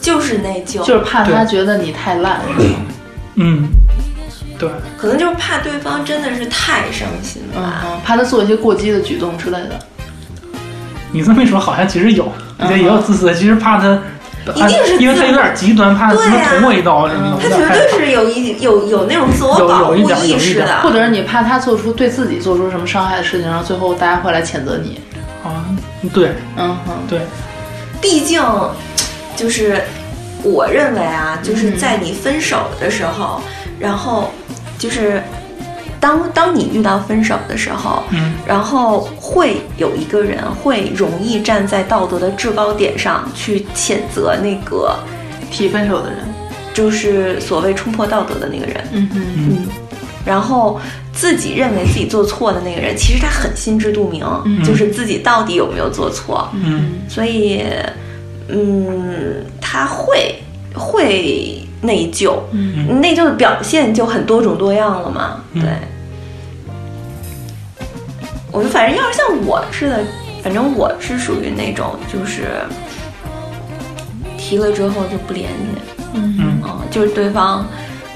E: 就是内疚，
B: 就是怕他觉得你太烂。
A: 嗯，对，
E: 可能就是怕对方真的是太伤心了
B: 嗯
E: 吧。
B: 嗯，怕他做一些过激的举动之类的。
A: 你这么一说，好像其实有，对，也有自私的，其实怕他。
E: 嗯一定是
A: 因为他有点极端，怕他
E: 对呀
A: 捅我一刀什么的。
E: 他
A: 我有
E: 绝
A: 点害
E: 对
A: 怕
E: 是有一有有那种自我
A: 有
E: 保护
A: 有一点有
E: 意
A: 一
E: 识
A: 点
E: 的，
B: 或者你怕他做出对自己做出什么伤害的事情，然后最后大家会来谴责你。
A: 啊，对
B: 嗯哼，
A: 对，
E: 毕竟，就是我认为啊，
A: 嗯
E: 就是在你分手的时候，然后就是当当你遇到分手的时候，
A: 嗯，
E: 然后会有一个人会容易站在道德的制高点上去谴责那个
B: 提分手的人。
E: 就是所谓冲破道德的那个人，
B: 嗯哼，
A: 嗯
E: 然后自己认为自己做错的那个人，其实他很心知肚明，就是自己到底有没有做错，
A: 嗯
E: 所以，嗯，他会会内疚，
A: 嗯
E: 内疚的表现就很多种多样了嘛。
A: 嗯
E: 对，我就反正要是像我似的，反正我是属于那种就是提了之后就不联系，
A: 嗯
E: 嗯，就是对方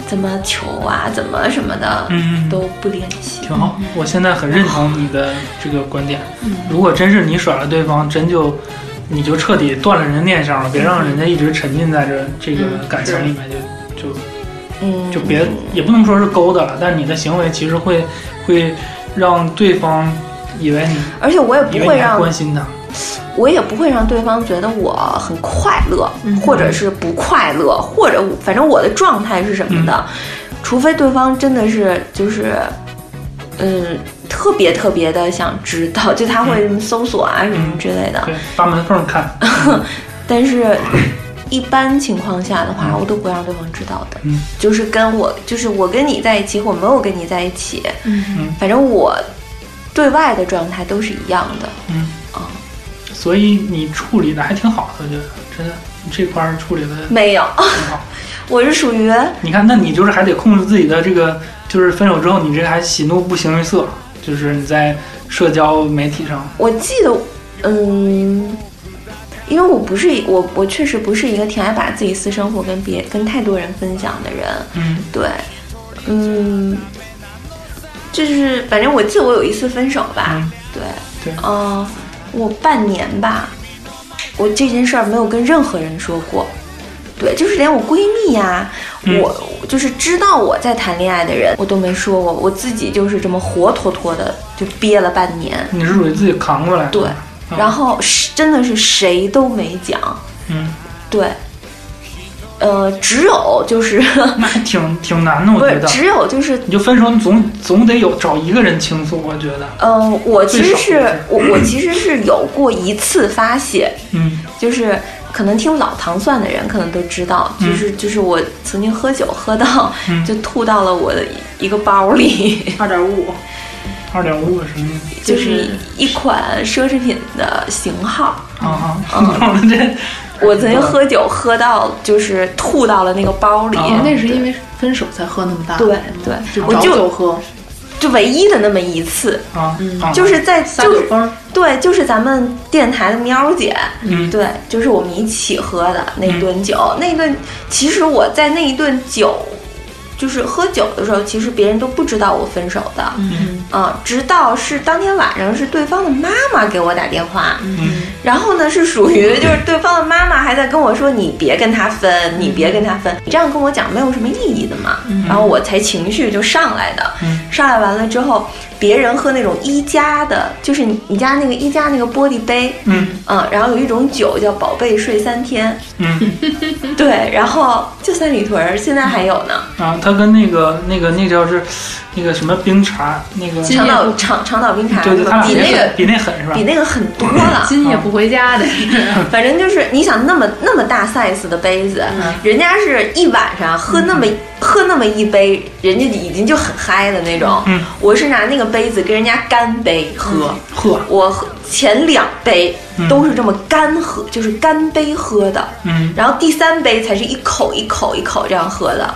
E: 怎么求啊，怎么什么的、
A: 嗯，
E: 都不联系。
A: 挺好。我现在很认同你的这个观点。
E: 嗯
A: 如果真是你甩了对方，真就你就彻底断了人家念想了，别让人家一直沉浸在这这个
B: 嗯
A: 感情里面，就就
E: 嗯，
A: 就别也不能说是勾搭了，但你的行为其实会会让对方以为你
E: 而且我也
A: 以
E: 不
A: 为
E: 会
A: 你还
E: 让
A: 关心他。
E: 我也不会让对方觉得我很快乐，或者是不快乐，或者我反正我的状态是什么的，
A: 嗯
E: 除非对方真的是就是，嗯，特别特别的想知道，就他
A: 嗯
E: 会搜索啊什么之类的。
A: 对，扒门缝看。
E: 但是，一般情况下的话，我都不让对方知道的。
A: 嗯
E: 就是跟我，就是我跟你在一起，我没有跟你在一起，
A: 嗯
E: 反正我对外的状态都是一样的。
A: 嗯
E: 啊，
A: 所以你处理的还挺好的，我觉得真的这块儿处理 的挺
E: 没有，
A: 好。
E: 我是属于。
A: 你看，那你就是还得控制自己的这个，就是分手之后，你这个还喜怒不形于色，就是你在社交媒体上，
E: 我记得，嗯，因为我不是我，我确实不是一个挺爱把自己私生活跟别跟太多人分享的人，
A: 嗯
E: 对，嗯，就是反正我记得我有一次分手吧，
A: 嗯
E: 对，
A: 对
E: 呃，我半年吧，我这件事儿没有跟任何人说过，对，就是连我闺蜜呀、
A: 嗯
E: 我就是知道我在谈恋爱的人，我都没说过，我自己就是这么活脱脱的就憋了半年，
A: 你是属于自己扛过来的。
E: 对，
A: 嗯
E: 然后是真的是谁都没讲，
A: 嗯，
E: 对，呃，只有就是
A: 那还挺挺难的，我
E: 不
A: 觉
E: 是
A: 得。
E: 只有就是
A: 你就分手，你总总得有找一个人倾诉，我觉得，
E: 呃，我
A: 最
E: 其实
A: 少就是
E: 是我我其实是有过一次发泄，
A: 嗯
E: 就是可能听老糖蒜的人可能都知道，
A: 嗯
E: 就是就是我曾经喝酒喝到
A: 嗯
E: 就吐到了我的一个包里，
B: 二点五，
A: 二点五什么的
E: 就
B: 就是
E: 是一款奢侈品的型号，
A: 啊啊，你看我们这
E: 嗯我曾经喝酒喝到就是吐到了那个包里，
A: 啊
B: 那是因为分手才喝那么大，
E: 对对
B: 就
E: 我
B: 找
E: 就
B: 酒喝，
E: 就唯一的那么一次，
A: 啊，啊
E: 嗯就是在
B: 撒
E: 就
B: 酒
E: 是
B: 疯儿，
E: 对，就是咱们电台的喵姐，
A: 嗯
E: 对，就是我们一起喝的那顿酒，那一顿其实我在那一顿酒，就是喝酒的时候，其实别人都不知道我分手的，
B: 嗯
E: 嗯，直到是当天晚上是对方的妈妈给我打电话，
A: 嗯
E: 然后呢是属于就是对方的妈妈还在跟我说你别跟他分，你别跟他分，你这样跟我讲没有什么意义的嘛，然后我才情绪就上来的，
A: 嗯
E: 上来完了之后，别人喝那种一加的，就是你你家那个一加那个玻璃杯，
A: 嗯
E: 嗯，然后有一种酒叫宝贝睡三天，
A: 嗯
E: 对，然后就三里屯儿现在还有呢，
A: 啊，它跟那个那个那叫是那个什么冰茶那个，
B: 金
E: 长岛
B: 嗯
E: 长长岛冰茶
A: 对对，它俩
E: 比
A: 那
E: 那
A: 个
E: 个
A: 比那狠是吧
E: 比？那个狠多了，
B: 今夜不回家 的，
E: 反正就是你想那么那么大 size 的杯子，
A: 嗯
E: 人家是一晚上喝那么、喝那么一杯，人家已经就很嗨的那种。
A: 嗯
E: 我是拿那个杯子跟人家干杯喝，
A: 喝，
E: 我喝前两杯
A: 嗯
E: 都是这么干喝，就是干杯喝的，
A: 嗯
E: 然后第三杯才是一口一口一口这样喝的。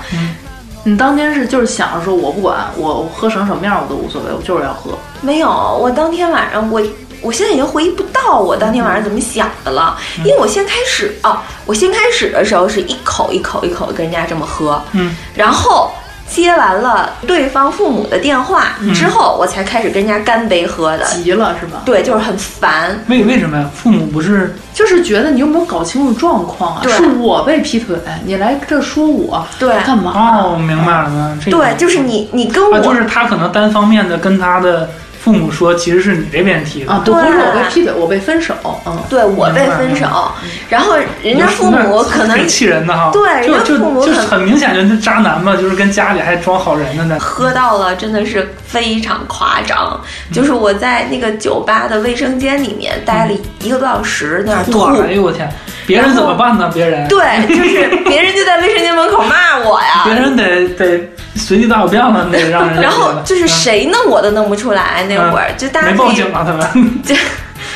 B: 你当天是就是想着说我不管，我我喝成什么样我都无所谓，我就是要喝，
E: 没有，我当天晚上我我现在已经回忆不到我当天晚上怎么想的了，
A: 嗯
E: 因为我先开始啊，我先开始的时候是一口一口一口跟人家这么喝，
A: 嗯
E: 然后接完了对方父母的电话
A: 嗯
E: 之后，我才开始跟人家干杯喝的。
B: 急了是吧？
E: 对，就是很烦，
A: 为为什么呀？父母不是
B: 就是觉得你有没有搞清楚状况啊？
E: 对
B: 是我被劈腿，你来这说我，
E: 对
B: 干嘛？
A: 哦，明白了，这个
E: 对，就是你你跟我、
A: 啊，就是他可能单方面的跟他的父母说，其实是你这边提的
B: 啊，
E: 对
B: 不是我被劈腿，我被分手，嗯，
E: 对我被分手，
A: 嗯
E: 然后人家父母可 能
A: 挺气人的哈，
E: 对
A: 就
E: 人家
A: 就
E: 父母
A: 就
E: 可能
A: 很明显就是渣男嘛，就是跟家里还装好人的呢。
E: 喝到了，真的是非常夸张。就是我在那个酒吧的卫生间里面待了一个多小时，那样吐。
A: 哇，哎呦我天，别人怎么办呢？别人，
E: 对，就是别人就在卫生间门口骂我呀
A: 别。人得得随地大小便了， 得让人家
E: 然后
A: 觉得
E: 就是
A: 嗯
E: 谁弄我都弄不出来，那会儿就大家
A: 没
E: 可
A: 报
E: 以
A: 警啊，他们
E: 就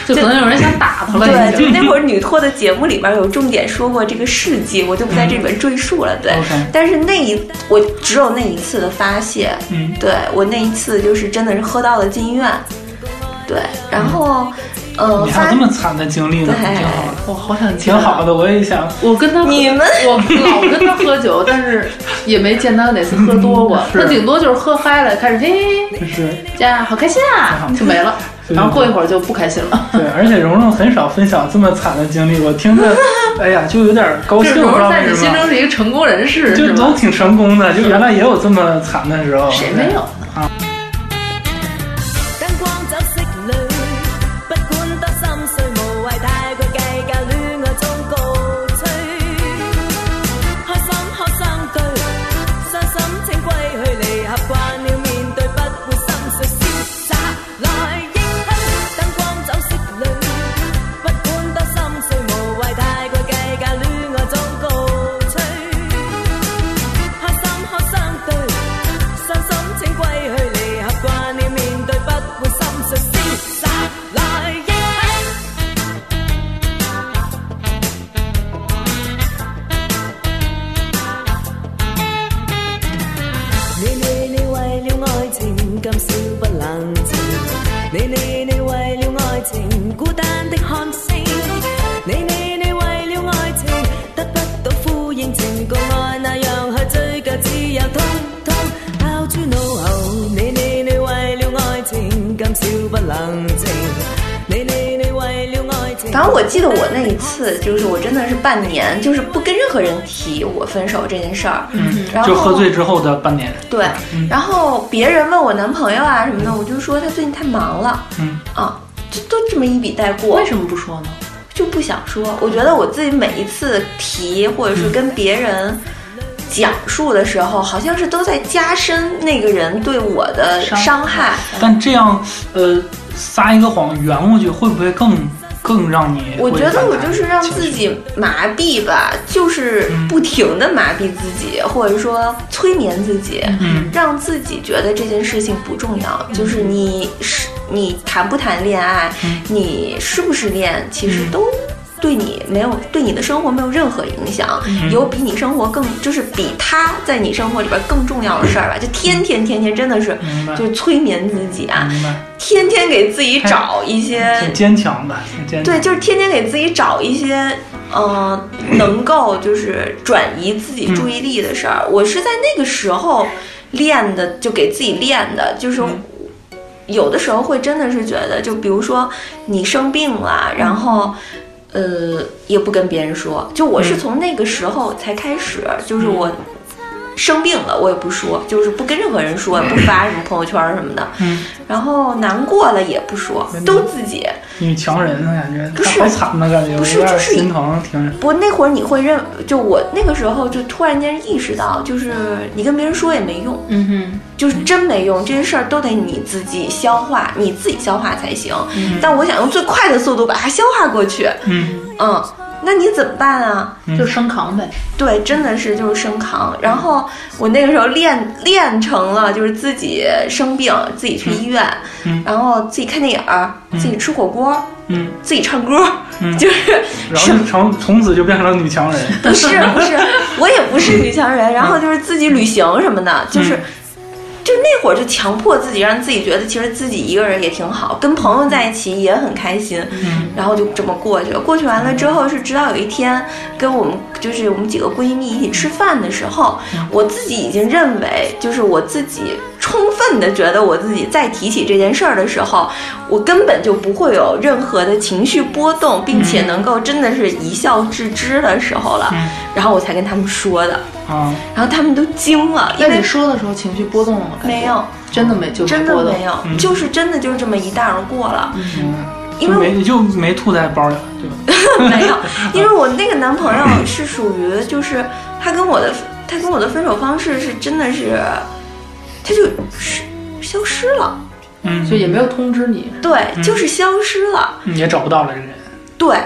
B: 就可能有人想打他了，已
E: 对，就
B: 经。
E: 那会儿女托的节目里边有重点说过这个事迹，我就不在这里边赘述了。对
A: 嗯 OK，
E: 但是那一我只有那一次的发泄，
A: 嗯
E: 对我那一次就是真的是喝到了进医院，对，然后，呃，
A: 你还有
E: 发
A: 这么惨的经历呢，
E: 对
A: 挺好的，
B: 我好想
A: 挺好
B: 的。
A: 的。我也想，，
B: 我跟他喝
E: 你们
B: 我老跟他喝酒，但是也没见他哪次喝多过
A: 是
B: 他顶多就是喝嗨了，开始嘿，
A: 就是
B: 家好开心啊，就没了。
A: 对
B: 然后过一会儿就不开心了。
A: 对，而且蓉蓉很少分享这么惨的经历，我听 着，哎呀，就有点高兴，
B: 这
A: 不知道
B: 荣在
A: 为
B: 你
A: 什
B: 心中
A: 么。
B: 是一个成功人士，
A: 就是都
B: 吧？
A: 挺成功的，就原来也有这么惨的时候，
B: 谁没有呢？
F: 灯光酒色里，不管得心碎，无谓太过计较，恋愛中告吹。開心開相對，傷心請歸去，離合慣了面對，不會心碎，潇灑來應許。燈光酒色里，不管得心碎，無謂太過計較，戀愛中告吹。開心可相對，傷心請歸去，離合慣了面對，不會心碎，潇灑來應許。你你你為了愛情今宵不冷靜，你你你為了愛情孤單的看星，你你你為了愛情得不到呼應，情共愛那樣去追究，只有通通拋諸腦後。你你你為了愛情今宵不冷靜，你你你為了愛情。
E: 反正我记得我那一次，就是我真的是半年，就是不跟任何人提我分手这件事儿，
A: 嗯
E: 然，后
A: 就喝醉之后的半年，
E: 对
A: 嗯，
E: 然后别人问我男朋友啊什么的，我就说他最近太忙了，
A: 嗯
E: 啊，就都这么一笔带过
B: 为，什么不说呢？
E: 就不想说。我觉得我自己每一次提或者是跟别人讲述的时候，好像是都在加深那个人对我的
B: 伤
E: 伤害。
A: 但这样，呃，撒一个谎圆过去，会不会更更让你？
E: 我觉得我就是让自
A: 情绪，嗯
E: 己麻痹吧，就是不停的麻痹自己，或者说催眠自己，
A: 嗯
E: 让自己觉得这件事情不重要。就是你是你谈不谈恋爱，你是不是恋，其实
A: 嗯
E: 都对你没有对你的生活没有任何影响，
A: 嗯
E: 有比你生活更就是比他在你生活里边更重要的事儿吧，就天天天天真的是
A: 明白嗯哎
E: 就是催眠自己啊，
A: 明白，
E: 天天给自己找一些
A: 挺坚强的，挺坚强
E: 呃对，
A: 的。
E: 就是天天给自己找一些，呃，能够就是转移自己注意
A: 嗯
E: 力的事儿。我是在那个时候练的，就给自己练的，就是。
A: 嗯
E: 有的时候会真的是觉得，就比如说你生病了，然后，
A: 嗯
E: 呃，也不跟别人说。就我是从那个时候才开始，就是
A: 嗯
E: 我生病了，我也不说，就是不跟任何人说，也不发什么朋友圈儿什么的。
A: 嗯，
E: 然后难过了也不说，都自己。
A: 女强人的感觉，
E: 不
A: 她
E: 是
A: 好惨的感觉，
E: 不是
A: 我有点
E: 就是
A: 心疼，挺
E: 不，那会儿你会认，就我那个时候就突然间意识到，就是
A: 嗯
E: 你跟别人说也没用，
B: 嗯哼，
E: 就是真没用，这些事儿都得你自己消化，你自己消化才行。但我想用最快的速度把它消化过去，
A: 嗯
E: 嗯，那你怎么办啊？
B: 就生扛呗。
E: 对，真的是就是生扛。然后我那个时候练练成了，就是自己生病，自己去医院，
A: 嗯
E: 然后自己看电影儿，自己吃火锅，
A: 嗯，
E: 自己唱歌，
A: 嗯
E: 就是
A: 然后就从从此就变成了女强人，
E: 不是不是，我也不是女强人，然后就是自己旅行什么的，就是。就那会儿就强迫自己，让自己觉得其实自己一个人也挺好，跟朋友在一起也很开心，
B: 嗯
E: 然后就这么过去了。过去完了之后，是直到有一天跟我们就是我们几个闺蜜一起吃饭的时候，
B: 嗯
E: 我自己已经认为，就是我自己充分的觉得我自己再提起这件事儿的时候，我根本就不会有任何的情绪波动，并
B: 嗯
E: 且能够真的是一笑置之的时候了。然后我才跟他们说的，
A: 啊，
E: 然后他们都惊了，因
B: 哦那你
E: 为
B: 说的时候情绪波动了吗？感觉
E: 没有，
B: 真的没，就
E: 真
B: 波
E: 的
B: 动
E: 没。有，
A: 嗯
E: 就是真的就是这么一带而过了，
A: 就
E: 因为我
A: 没嗯就没吐在包里，对吧？
E: 没有，因为我那个男朋友是属于就是他跟我的他跟我的分手方式是真的是，他就是消失了，
A: 嗯，
B: 就也没有通知你，
E: 对，就是消失了，
A: 嗯也找不到了人。
E: 对，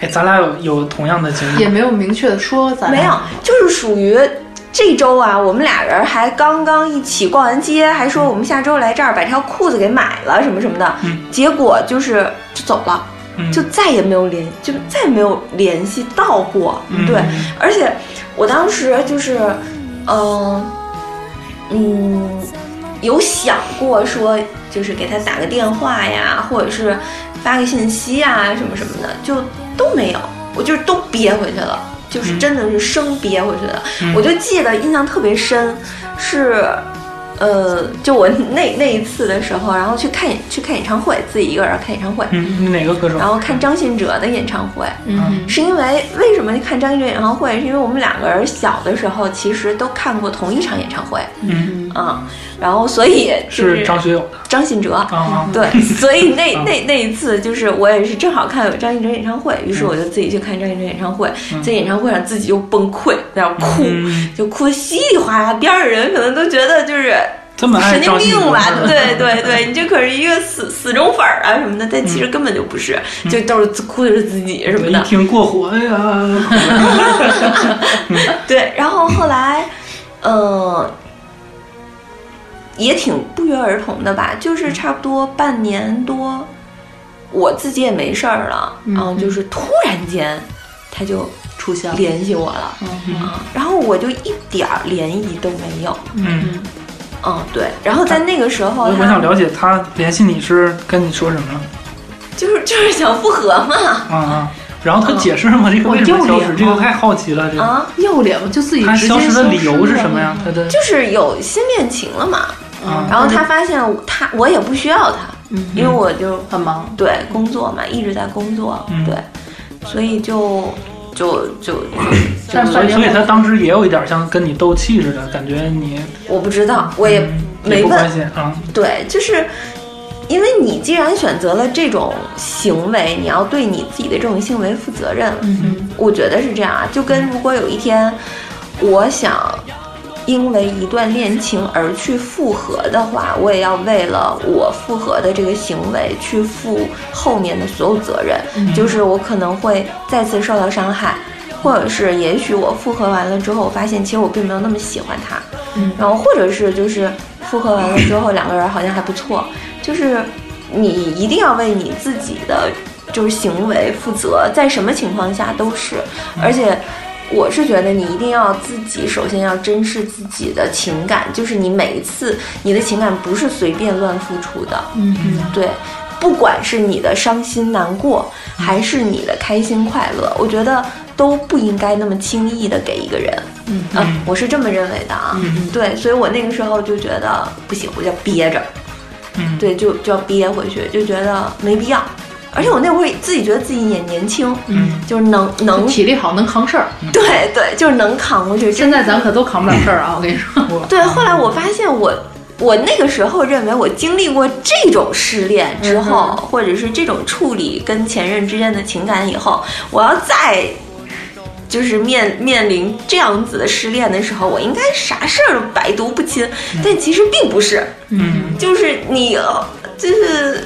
A: 哎，咱俩有有同样的经历
B: 也，没有明确的说咱
E: 没有，就是属于这周啊，我们俩人还刚刚一起逛完街，还说我们下周来这儿把这条裤子给买了什么什么的，
A: 嗯
E: 结果就是就走了，
A: 嗯
E: 就再也没有联，就再也没有联系到过。
A: 嗯
E: 对，而且我当时就是，嗯、嗯，有想过说，就是给他打个电话呀，或者是发个信息啊，什么什么的，就都没有，我就是都憋回去了，就是真的是生憋回去的。我就记得印象特别深，是。呃，就我那那一次的时候，然后去看演去看演唱会，自己一个人看演唱会，
A: 嗯，哪个歌手？
E: 然后看张信哲的演唱会，
B: 嗯
E: 是因为为什么看张信哲演唱会？是因为我们两个人小的时候其实都看过同一场演唱会，
A: 嗯
E: 嗯，然后所以就是嗯
A: 是张学友的
E: 张信哲，
A: 啊，嗯
E: 对， 所以那那那一次就是我也是正好看有张信哲演唱会，于是我就自己去看张信哲演唱会，在演唱会上自己就崩溃，在那儿哭，
A: 嗯
E: 就哭得稀里哗啦，边上的人可能都觉得就是
A: 这么爱
E: 神经
A: 张信
E: 病
A: 哲
E: 吧？对 对对，你这可是一个死死忠粉儿啊什么的，但其实根本就不是，就都是哭的是自己什么
A: 嗯一
E: 的。
A: 听过火，哎呀，
E: 对，然后后来，呃，也挺不约而同的吧，就是差不多半年多，我自己也没事儿了，然后就是突然间他就
B: 出现了。
E: 联系我了，啊，然后我就一点儿涟漪都没有，
A: 嗯，
E: 嗯，对，然后在那个时
A: 我
E: 候
A: 我
E: 他
A: 想了解他联系你是跟你说什么了
E: 就是就是想复合嘛，
A: 啊啊？
E: 嗯
A: 然后他解释了吗？这个为什么消失？这个太好奇了，这个
E: 啊，
B: 要脸吗？就自己
A: 他
B: 直接
A: 消失的理由是
B: 了
A: 什么呀？他的
E: 嗯就是有新恋情了嘛，
A: 啊
E: 然后他发现我他我也不需要他，
A: 嗯
E: 因为我就
B: 很忙，
E: 对工作嘛，一直在工作，
A: 嗯
E: 对，所以就就 就
B: 但
A: 所
B: 反
A: 以，
B: 正
A: 所以他当时也有一点像跟你斗气似的，感觉你嗯
E: 我不知道，我也
A: 也
E: 没
A: 不关
E: 问，
A: 心啊。
E: 对，就是因为你既然选择了这种行为，你要对你自己的这种行为负责任，
B: 嗯
E: 我觉得是这样啊，就跟如果有一天我想。因为一段恋情而去复合的话，我也要为了我复合的这个行为去负后面的所有责任，就是我可能会再次受到伤害，或者是也许我复合完了之后，我发现其实我并没有那么喜欢他，
B: 嗯
E: 然后或者是就是复合完了之后，两个人好像还不错，就是你一定要为你自己的就是行为负责，在什么情况下都是。而且，我是觉得你一定要自己首先要珍视自己的情感，就是你每一次你的情感不是随便乱付出的。嗯对。不管是你的伤心难过，还是你的开心快乐，我觉得都不应该那么轻易的给一个人。嗯、呃，我是这么认为的啊。嗯、对，所以我那个时候就觉得不行，我就要憋着。
A: 嗯
E: 对，就就要憋回去，就觉得没必要。而且我那会儿自己觉得自己也年轻，
A: 嗯，
E: 就是能能，
B: 体力好能扛事儿。
E: 对对，就是能扛过去。
B: 现在咱可都扛不了事儿啊！我跟你说，
A: 嗯我
E: 对，后来我发现我。我那个时候认为，我经历过这种失恋之后，或者是这种处理跟前任之间的情感以后，我要再就是面面临这样子的失恋的时候，我应该啥事儿都百毒不侵。但其实并不是，
A: 嗯
E: 就是你呃就是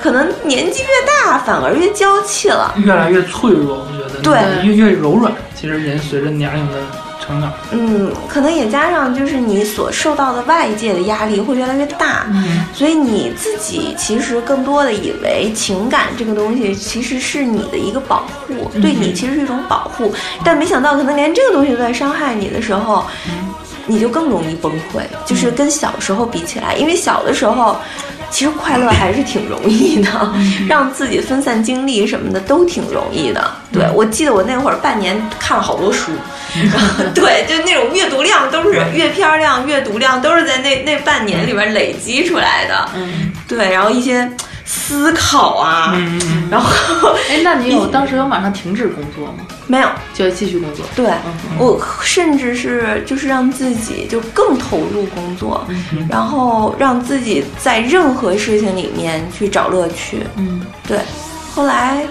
E: 可能年纪越大，反而越娇气了。
A: 越来越脆弱，我觉得
E: 对
A: 越越柔软。其实人随着年龄的成长，
E: 嗯，可能也加上就是你所受到的外界的压力会越来越大，
A: 嗯
E: 所以你自己其实更多的以为情感这个东西其实是你的一个保护，对你其实是一种保护，但没想到可能连这个东西都在伤害你的时候，你就更容易崩溃，
A: 嗯
E: 就是跟小时候比起来，因为小的时候。其实快乐还是挺容易的，
A: 嗯
E: 让自己分散精力什么的都挺容易的。
A: 嗯
E: 对我记得我那会儿半年看了好多书，然后 对，就那种阅读量都是阅片儿量、阅读量都是在那那半年里边累积出来的。
B: 嗯，
E: 对，然后一些思考啊，
A: 嗯嗯
E: 然 后
B: 哎，那你有当时有马上停止工作吗？
E: 没有
B: 就继续工作？嗯
E: 对、我甚至是就是让自己就更投入工作，
B: 嗯
E: 然后让自己在任何事情里面去找乐趣。
B: 嗯，
E: 对，后来，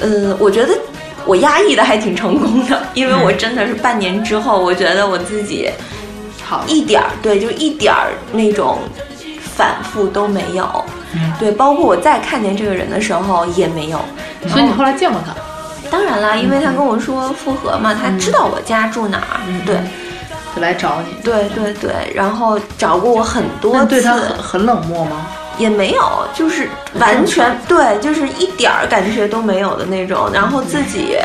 E: 呃，我觉得我压抑的还挺成功的，因为
B: 嗯
E: 我真的是半年之后，我觉得我自己
B: 好，
E: 一点儿对，就一点儿那种反复都没有。
A: 嗯
E: 对，包括我再看见这个人的时候也没有。
B: 所
A: 哦
B: 以你后来见过他？
E: 当然
B: 嗯
E: 啦，因为他跟我说复合嘛，他知道我家住哪儿。
B: 嗯
E: 对，
B: 就来找你。
E: 对对对，然后找过我很多
B: 那
E: 次，
B: 对他很很冷漠吗？
E: 也没有，就是完全对，就是一点儿感觉都没有的那种。然后自己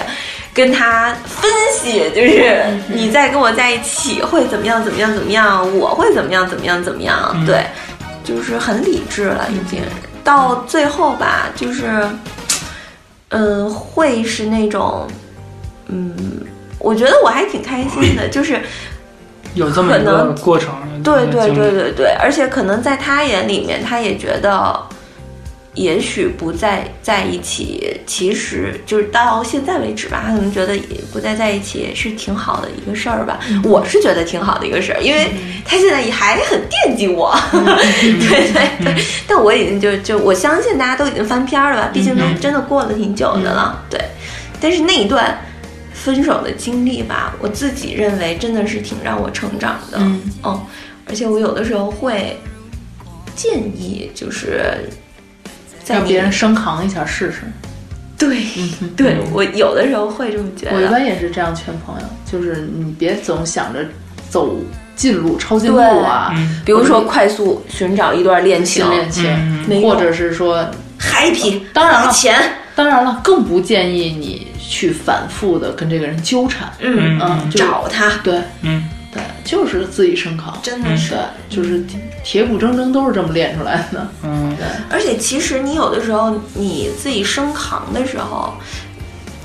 E: 跟他分析，就是你在跟我在一起会怎么样，怎么样，怎么样，我会怎么样，怎么样，怎么样。
A: 嗯
E: 对，就是很理智了，已经到最后吧，就是，嗯，会是那种，嗯，我觉得我还挺开心的，就是。
A: 有这么一
E: 可
A: 个
E: 能
A: 过程。
E: 对对
A: 经历
E: 对，对对，而且可能在他眼里面，他也觉得，也许不再在一起，其实就是到现在为止吧，他可能觉得也不再在一起也是挺好的一个事儿吧。
A: 嗯
E: 我是觉得挺好的一个事儿，因为他现在也还很惦记我。
A: 嗯
E: 对对对，但我已经就就我相信大家都已经翻篇儿了吧，毕竟都
A: 嗯
E: 真的过了挺久的了。对，但是那一段。分手的经历吧，我自己认为真的是挺让我成长的。
B: 嗯
E: 嗯，而且我有的时候会建议，就是在
B: 让
E: 你
B: 别人生扛一下试试。
E: 对、对我有的时候会这么觉
B: 嗯我一
E: 得。
B: 般也是这样劝朋友，就是你别总想着走近路、抄近路
E: 对
B: 啊，
A: 嗯
E: 比如说，快速寻找一段恋情
B: 新恋情，
A: 嗯
E: 没有
B: 或者是说，
E: ，happy，
B: 当然了
E: 花钱，
B: 当然了，更不建议你去反复的跟这个人纠缠。
E: 嗯，
B: 嗯，就
E: 找他，
B: 对
A: 嗯
B: 对，就是自己生扛。
E: 真的是
B: 对。，就是铁骨铮铮都是这么练出来的。
A: 嗯
E: 而且其实你有的时候你自己升扛的时候，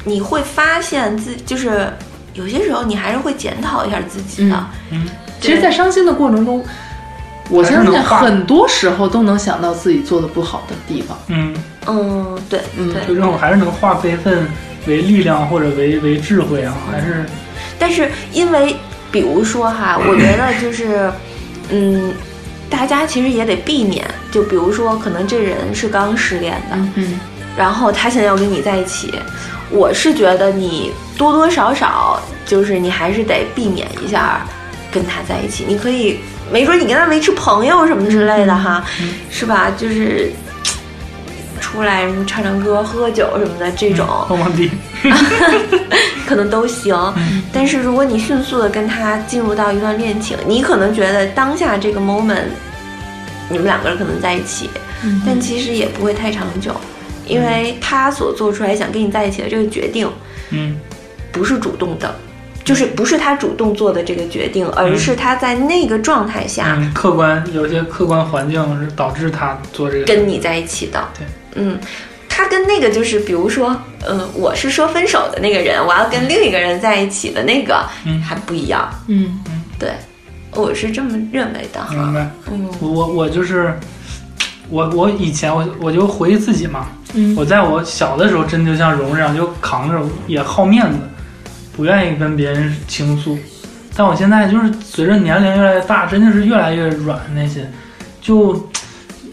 E: 你会发现自就是有些时候你还是会检讨一下自己的。
A: 嗯，
B: 其实，在伤心的过程中，我
A: 还是
B: 相信
A: 能化
B: 很多时候都能想到自己做的不好的地方。
A: 嗯，
E: 嗯，对，
B: 嗯
E: 对
A: 就。这种还是能化悲愤为力量或者为为智慧啊，还是
E: 但是因为，比如 说哈，我觉得就是，嗯，大家其实也得避免，就比如说，可能这人是刚失恋的，
B: 嗯
E: 然后他现在要跟你在一起，我是觉得你多多少少就是你还是得避免一下跟他在一起。你可以没准你跟他维持朋友什么之类的哈，是吧？就是嘖出来什么唱唱歌、喝喝酒什么的这种，
A: 碰碰壁。
E: 可能都行。但是如果你迅速的跟他进入到一段恋情，你可能觉得当下这个 moment，你们两个人可能在一起，但其实也不会太长久。因为他所做出来想跟你在一起的这个决定，
A: 嗯
E: 不是主动的，就是不是他主动做的这个决定，而是他在那个状态下
A: 嗯，客观有一些客观环境是导致他做这个。
E: 跟你在一起的。
A: 对，
E: 嗯，他跟那个就是，比如说，呃，我是说分手的那个人，我要跟另一个人在一起的那个，
A: 嗯
E: 还不一样。
B: 嗯，
E: 对，我是这么认为的
A: 明
E: 哈。
A: 白，
E: 嗯
A: 我我我就是，我我以前我我就回忆自己嘛，
B: 嗯
A: 我在我小的时候真就像蓉这样，就扛着也好面子，不愿意跟别人倾诉。但我现在就是随着年龄越来越大，真的是越来越软那些，就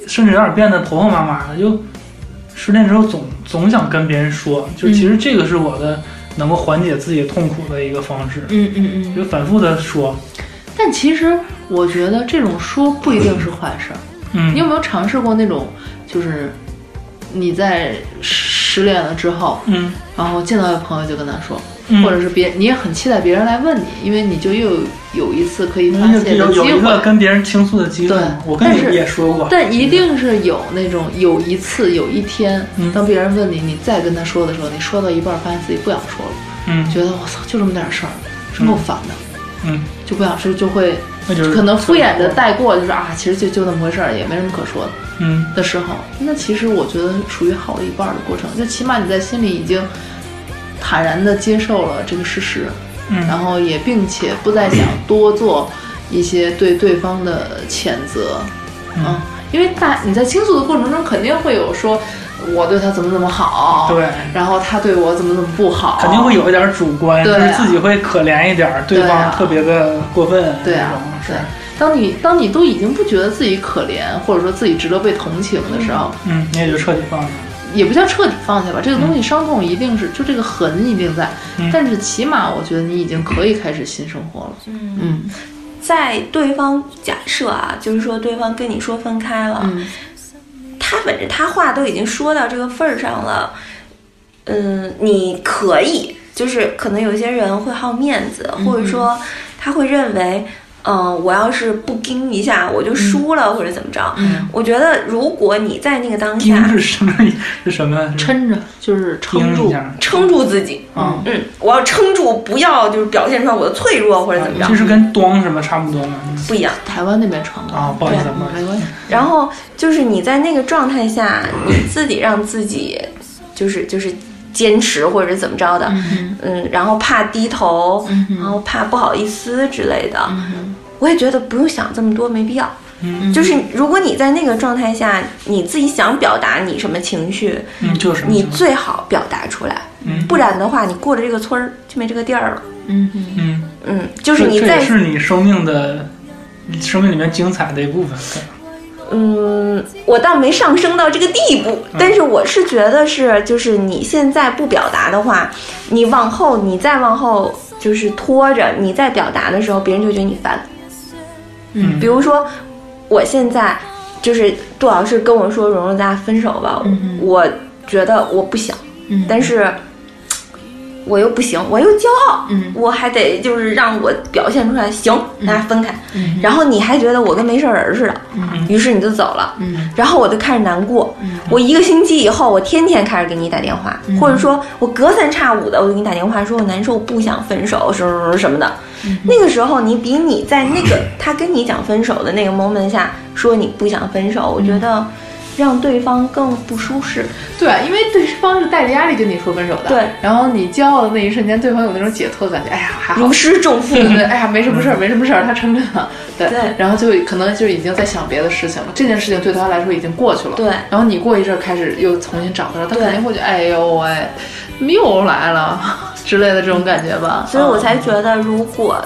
A: 甚至有点变得婆婆妈妈的。就失恋之后总总想跟别人说，就其实这个是我的能够缓解自己痛苦的一个方式，
B: 嗯嗯嗯。
A: 就反复的说，
B: 但其实我觉得这种说不一定是坏事儿。
A: 嗯，
B: 你有没有尝试过那种，就是你在失恋了之后，
A: 嗯
B: 然后见到的朋友就跟他说，
A: 嗯
B: 或者是别你也很期待别人来问你，因为你就又有一次可以发
A: 有
B: 泄
A: 嗯有
B: 的机
A: 有一个
B: 会。
A: 跟别人倾诉的机会
B: 对，
A: 我跟你
B: 但是
A: 也说过，
B: 但一定是有那种有一次有一天
A: 嗯，
B: 当别人问你，你再跟他说的时候，你说到一半发现自己不想说了，
A: 嗯
B: 觉得我操就这么点事儿，真够烦的，
A: 嗯，
B: 就不想说，就会
A: 那就是
B: 可能敷衍的带过，就是啊，其实就就那么回事儿，也没什么可说的。
A: 嗯。
B: 的时候，那其实我觉得属于好了一半儿的过程，就起码你在心里已经坦然的接受了这个事实，
A: 嗯
B: 然后也并且不再想多做一些对对方的谴责，嗯，因为大你在倾诉的过程中肯定会有说我对他怎么怎么好，
A: 对，
B: 然后他对我怎么怎么不好，
A: 肯定会有一点主观，
B: 对
A: 就
B: 啊
A: 是自己会可怜一点儿，
B: 对啊
A: 方特别的过分，
B: 对啊
A: 那种，
B: 对
A: 是，。
B: 当你当你都已经不觉得自己可怜，或者说自己值得被同情的时候，
A: 嗯，你也就彻底放下，
B: 也不叫彻底放下吧，这个东西伤痛一定是，就这个痕一定在，
A: 嗯
B: 但是起码我觉得你已经可以开始新生活了。嗯
E: 在对方假设啊，就是说对方跟你说分开了，
B: 嗯
E: 他本着他话都已经说到这个份儿上了，嗯，你可以，就是可能有一些人会好面子，或者
B: 嗯
E: 说他会认为，嗯、我要是不盯一下我就输了、或者怎么着。
B: 嗯，
E: 我觉得如果你在那个当
A: 盯
E: 下
A: 是什么？是什么？是
B: 啊撑着就是撑
A: 盯
B: 住
A: 一，下
E: 撑住自己，
A: 啊，
E: 嗯，我要撑住，不要就是表现出来我的脆弱或者怎么
B: 啊
A: 这
B: 嗯
E: 着，
A: 是跟咚什么差不多吗？
E: 不一样。
B: 台湾那边成了
A: 啊，不好意思，
E: 对
A: 不好
B: 没
A: 意思，
B: 关系，
E: 然后就是你在那个状态下，你自己让自己就是就是坚持或者怎么着的，
B: 嗯
E: 嗯，然后怕低头，然后怕不好意思之类的，我也觉得不用想这么多，没必要。
A: 嗯
E: 就是如果你在那个状态下，你自己想表达你什么情绪，
A: 嗯，就是什么
E: 你
A: 情况
E: 最好表达出来，
A: 嗯
E: 不然的话，你过了这个村儿就没这个地儿了。
B: 嗯嗯
A: 嗯，
E: 嗯，就
A: 这
E: 是你
A: 这也
E: 在
A: 是你生命的生命里面精彩的一部分，
E: 嗯，我倒没上升到这个地步，
B: 嗯
E: 但是我是觉得是，就是你现在不表达的话，你往后，你再往后就是拖着，你再表达的时候，别人就觉得你烦。
A: 嗯
E: 比如说，我现在就是杜老师跟我说：“蓉蓉，咱俩分手吧。
B: 嗯
E: 我觉得我不想，
B: 嗯
E: 但是嘖我又不行，我又骄傲，
B: 嗯
E: 我还得就是让我表现出来，行，咱俩分开。
B: 嗯
E: 然后你还觉得我跟没事人似的，于是你就走了。
B: 嗯
E: 然后我就开始难过，我一个星期以后，我天天开始给你打电话，或者说我隔三差五的我就给你打电话，说我难受，我不想分手，什么什么什么的。那个时候，你比你在那个他跟你讲分手的那个 moment 下说你不想分手，我觉得让对方更不舒适。
B: 对啊，因为对方是带着压力跟你说分手的，
E: 对，
B: 然后你骄傲的那一瞬间，对方有那种解脱的感觉，哎呀，还好
E: 如。释重负
B: 对。 对对，哎呀，没什么事儿，没什么事儿，他承认了。对，
E: 对
B: 然后就可能就已经在想别的事情了。这件事情对他来说已经过去了。
E: 对
B: 然后你过一阵儿开始又重新找他了，他
E: 对
B: 肯定会觉得，哎呦喂，怎么又来了 之类的这种感觉吧。
E: 所以我才觉得，如果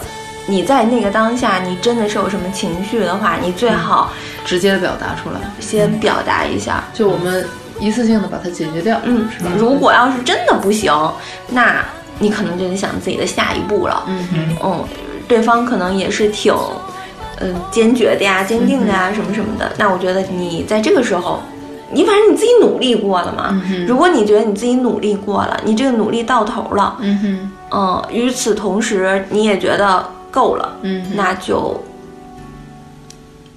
E: 你在那个当下，你真的是有什么情绪的话，你最好
B: 嗯直接的表达出来，
E: 先表达一下。
B: 就我们一次性的把它解决掉。
E: 嗯
B: 是吧，
E: 如果要是真的不行，那你可能就得想自己的下一步了。
B: 嗯
A: 嗯
E: 嗯，对方可能也是挺，嗯、坚决的呀、坚定
B: 嗯
E: 的呀、什么什么的。那我觉得你在这个时候，你反正你自己努力过了嘛。
B: 嗯哼
E: 如果你觉得你自己努力过了，你这个努力到头了，
B: 嗯哼，
E: 嗯，与此同时你也觉得够了，
B: 嗯哼
E: 那就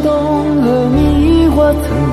G: 痛和迷惑，曾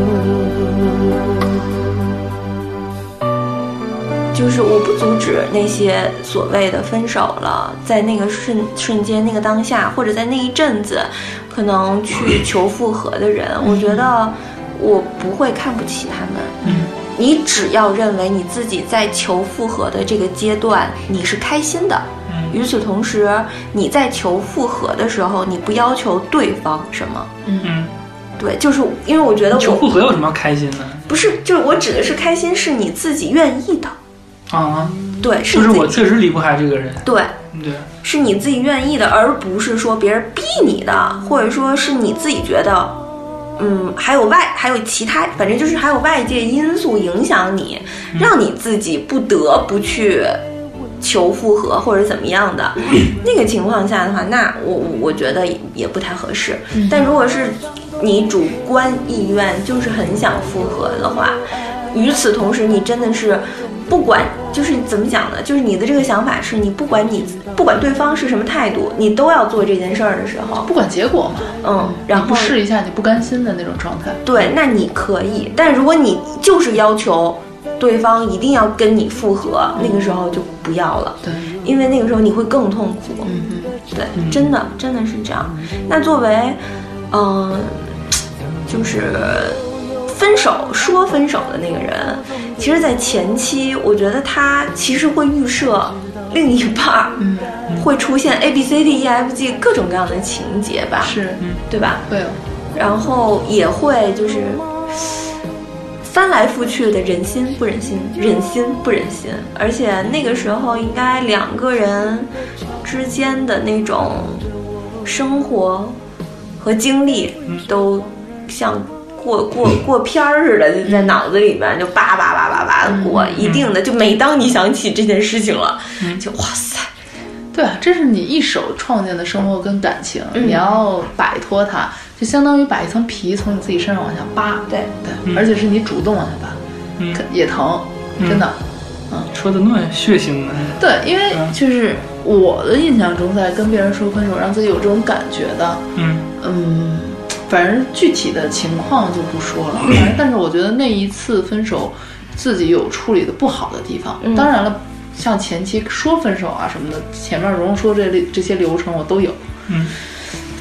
E: 就是我不阻止那些所谓的分手了，在那个瞬瞬间、那个当下，或者在那一阵子，可能去求复合的人，我觉得我不会看不起他们。
A: 嗯
E: 你只要认为你自己在求复合的这个阶段，你是开心的。
A: 嗯
E: 与此同时，你在求复合的时候，你不要求对方什么。
A: 嗯，
E: 对，就是因为我觉得
A: 求
E: 我
A: 复合有什么开心的
E: 不是，就是我指的是开心，是你自己愿意的。
A: 啊？
E: 对，是
A: 就是
E: 你自己
A: 我确实离不开这个人，
E: 对。
A: 对，
E: 是你自己愿意的，而不是说别人逼你的，或者说是你自己觉得，嗯，还有外还有其他，反正就是还有外界因素影响你，让你自己不得不去求复合或者怎么样的。那个情况下的话，那我我我觉得也也不太合适。但如果是你主观意愿就是很想复合的话，与此同时，你真的是不管就是怎么讲呢？就是你的这个想法是你不管你不管对方是什么态度，你都要做这件事儿的时候，
B: 不管结果嘛，
E: 嗯，然
B: 你不
E: 后
B: 试一下你不甘心的那种状态，
E: 对，那你可以，但如果你就是要求对方一定要跟你复合，那个时候就不要了。
B: 对，
E: 因为那个时候你会更痛苦。
B: 嗯
E: 对，真的真的是这样。那作为，嗯、就是分手说分手的那个人，其实，在前期，我觉得他其实会预设另一半儿
B: 嗯
E: 会出现 A B C D E F G 各种各样的情节吧，
B: 是
E: 对吧？
B: 会有，
E: 然后也会就是翻来覆去的忍心不忍心，忍心不忍心。而且那个时候应该两个人之间的那种生活和经历
B: 嗯
E: 都像。过过过片儿似的，就在脑子里面就叭叭叭叭叭
B: 嗯
E: 的过，一定的就每当你想起这件事情了，
B: 嗯
E: 就哇塞，
B: 对啊，这是你一手创建的生活跟感情，
E: 嗯
B: 你要摆脱它，就相当于把一层皮从你自己身上往下扒，
E: 对，
B: 对，而且是你主动往下扒，
A: 嗯
B: 可也疼，
A: 嗯
B: 真的。
A: 说的那血腥呢，
B: 对，因为
A: 嗯
B: 就是我的印象中，在跟别人说分手，让自己有这种感觉的，
A: 嗯
B: 嗯，反正具体的情况就不说了。反
A: 嗯
B: 正，但是我觉得那一次分手，自己有处理的不好的地方。当然了，像前期说分手啊什么的，前面蓉蓉说这类这些流程我都有。
A: 嗯。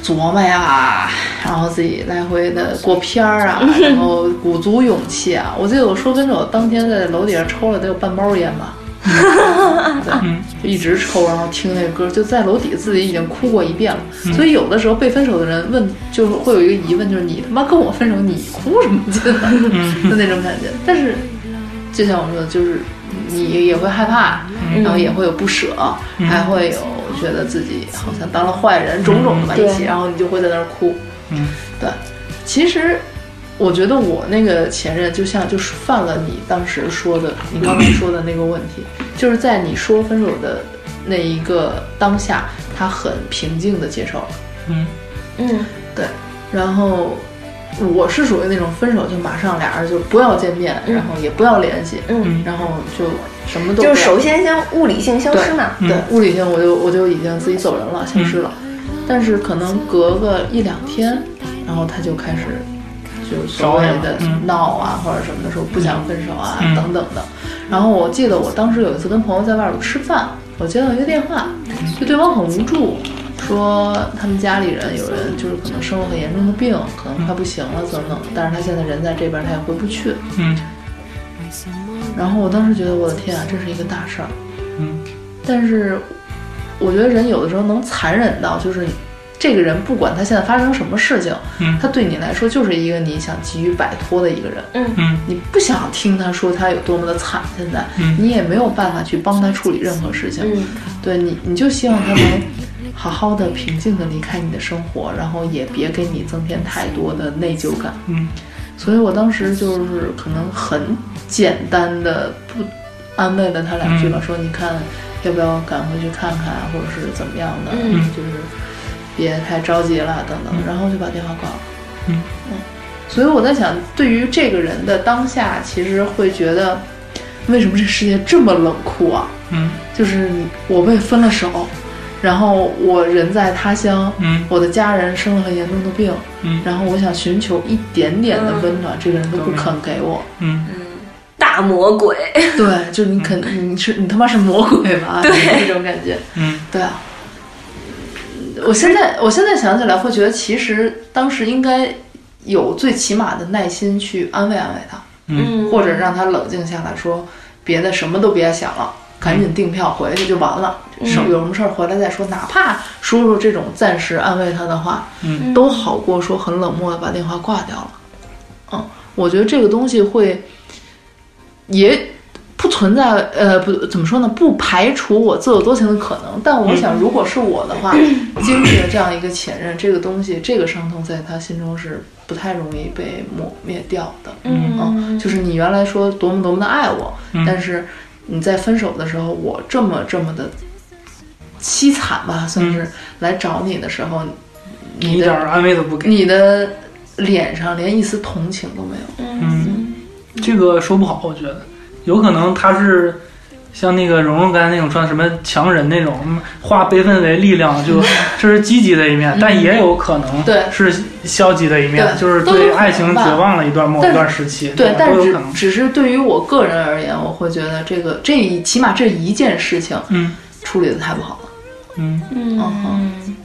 B: 琢磨呀，然后自己来回的过片儿啊，然后鼓足勇气啊。我记得我说分手当天在楼底下抽了得有半包烟吧，对，就一直抽，然后听那歌，就在楼底自己已经哭过一遍了。所以有的时候被分手的人问，就是会有一个疑问，就是你他妈跟我分手，你哭什么劲啊？ 就那种感觉。但是就像我说的，就是你也会害怕，然后也会有不舍，还会有觉得自己好像当了坏人，种种的吧
E: 嗯
B: 一起，然后你就会在那儿哭。
A: 嗯，
B: 对。其实我觉得我那个前任就像就是犯了你当时说的，你刚才说的那个问题，就是在你说分手的那一个当下，他很平静的接受了。
A: 嗯，
E: 嗯，
B: 对，然后我是属于那种分手就马上俩人就不要见面，然后也不要联系，
E: 嗯
B: 然后就什么都不要
E: 就是首先先物理性消失嘛。
B: 对对，物理性我就我就已经自己走人了，消失了，但是可能隔个一两天，然后他就开始。就是所谓的
A: 找你嗯
B: 闹啊，或者什么的时候不想分手啊，
A: 嗯
B: 等等的。然后我记得我当时有一次跟朋友在外边吃饭，我接到一个电话，就对方很无助，说他们家里人有人就是可能生了很严重的病，可能快不行了等等，但是他现在人在这边，他也回不去。
A: 嗯，
B: 然后我当时觉得我的天啊，这是一个大事儿。
A: 嗯，
B: 但是我觉得人有的时候能残忍到，就是这个人不管他现在发生什么事情，
A: 嗯
B: 他对你来说就是一个你想急于摆脱的一个人。
E: 嗯
A: 嗯
B: 你不想听他说他有多么的惨，现在、
A: 嗯
B: 你也没有办法去帮他处理任何事情。
E: 嗯
B: 对你，你就希望他能好好的、平静的离开你的生活，然后也别给你增添太多的内疚感。
A: 嗯，
B: 所以我当时就是可能很简单的不安慰了他两句吧，
A: 嗯
B: 说你看要不要赶回去看看，或者是怎么样的，
E: 嗯
B: 就是别太着急了等等，然后就把电话挂了。
A: 嗯
B: 所以我在想，对于这个人的当下，其实会觉得为什么这世界这么冷酷啊？
A: 嗯
B: 就是我被分了手，然后我人在他乡，
A: 嗯
B: 我的家人生了很严重的病，
A: 嗯
B: 然后我想寻求一点点的温暖，这个人都不肯给我。
A: 嗯
E: 大魔鬼，
B: 对，就你肯你是你他妈是魔鬼吧？对，这种感觉。
A: 嗯
B: 对啊，我现在我现在想起来会觉得，其实当时应该有最起码的耐心去安慰安慰他，
A: 嗯
B: 或者让他冷静下来说，别的什么都别想了。赶紧订票回去就完了，是有什么事儿回来再说。哪怕说说这种暂时安慰他的话，
A: 嗯
B: 都好过说很冷漠的把电话挂掉了。嗯，我觉得这个东西会也不存在，呃，不怎么说呢，不排除我自作多情的可能。但我想，如果是我的话，经历了这样一个前任，这个东西，这个伤痛在他心中是不太容易被抹灭掉的。嗯就是你原来说多么多么的爱我，但是你在分手的时候，我这么这么的凄惨吧，算是来找你的时候，
A: 你一
B: 的
A: 点儿安慰都不给，
B: 你的脸上连一丝同情都没有。
A: 嗯，这个说不好，我觉得有可能他是像那个蓉蓉刚才那种穿什么强人那种，化悲愤为力量，就这是积极的一面，但也有可能
B: 嗯对
A: 是消极的一面，
B: 对
A: 就是
B: 都有
A: 对
B: 可
A: 爱
B: 能
A: 情
B: 吧
A: 绝望了一段某
B: 但
A: 一段时期，
B: 对，
A: 吧
B: 但
A: 都有
B: 只
A: 可能。
B: 只是对于我个人而言，我会觉得这个这一起码这一件事情
A: 嗯
B: 处理的太不好了。
A: 嗯，
B: 嗯哼，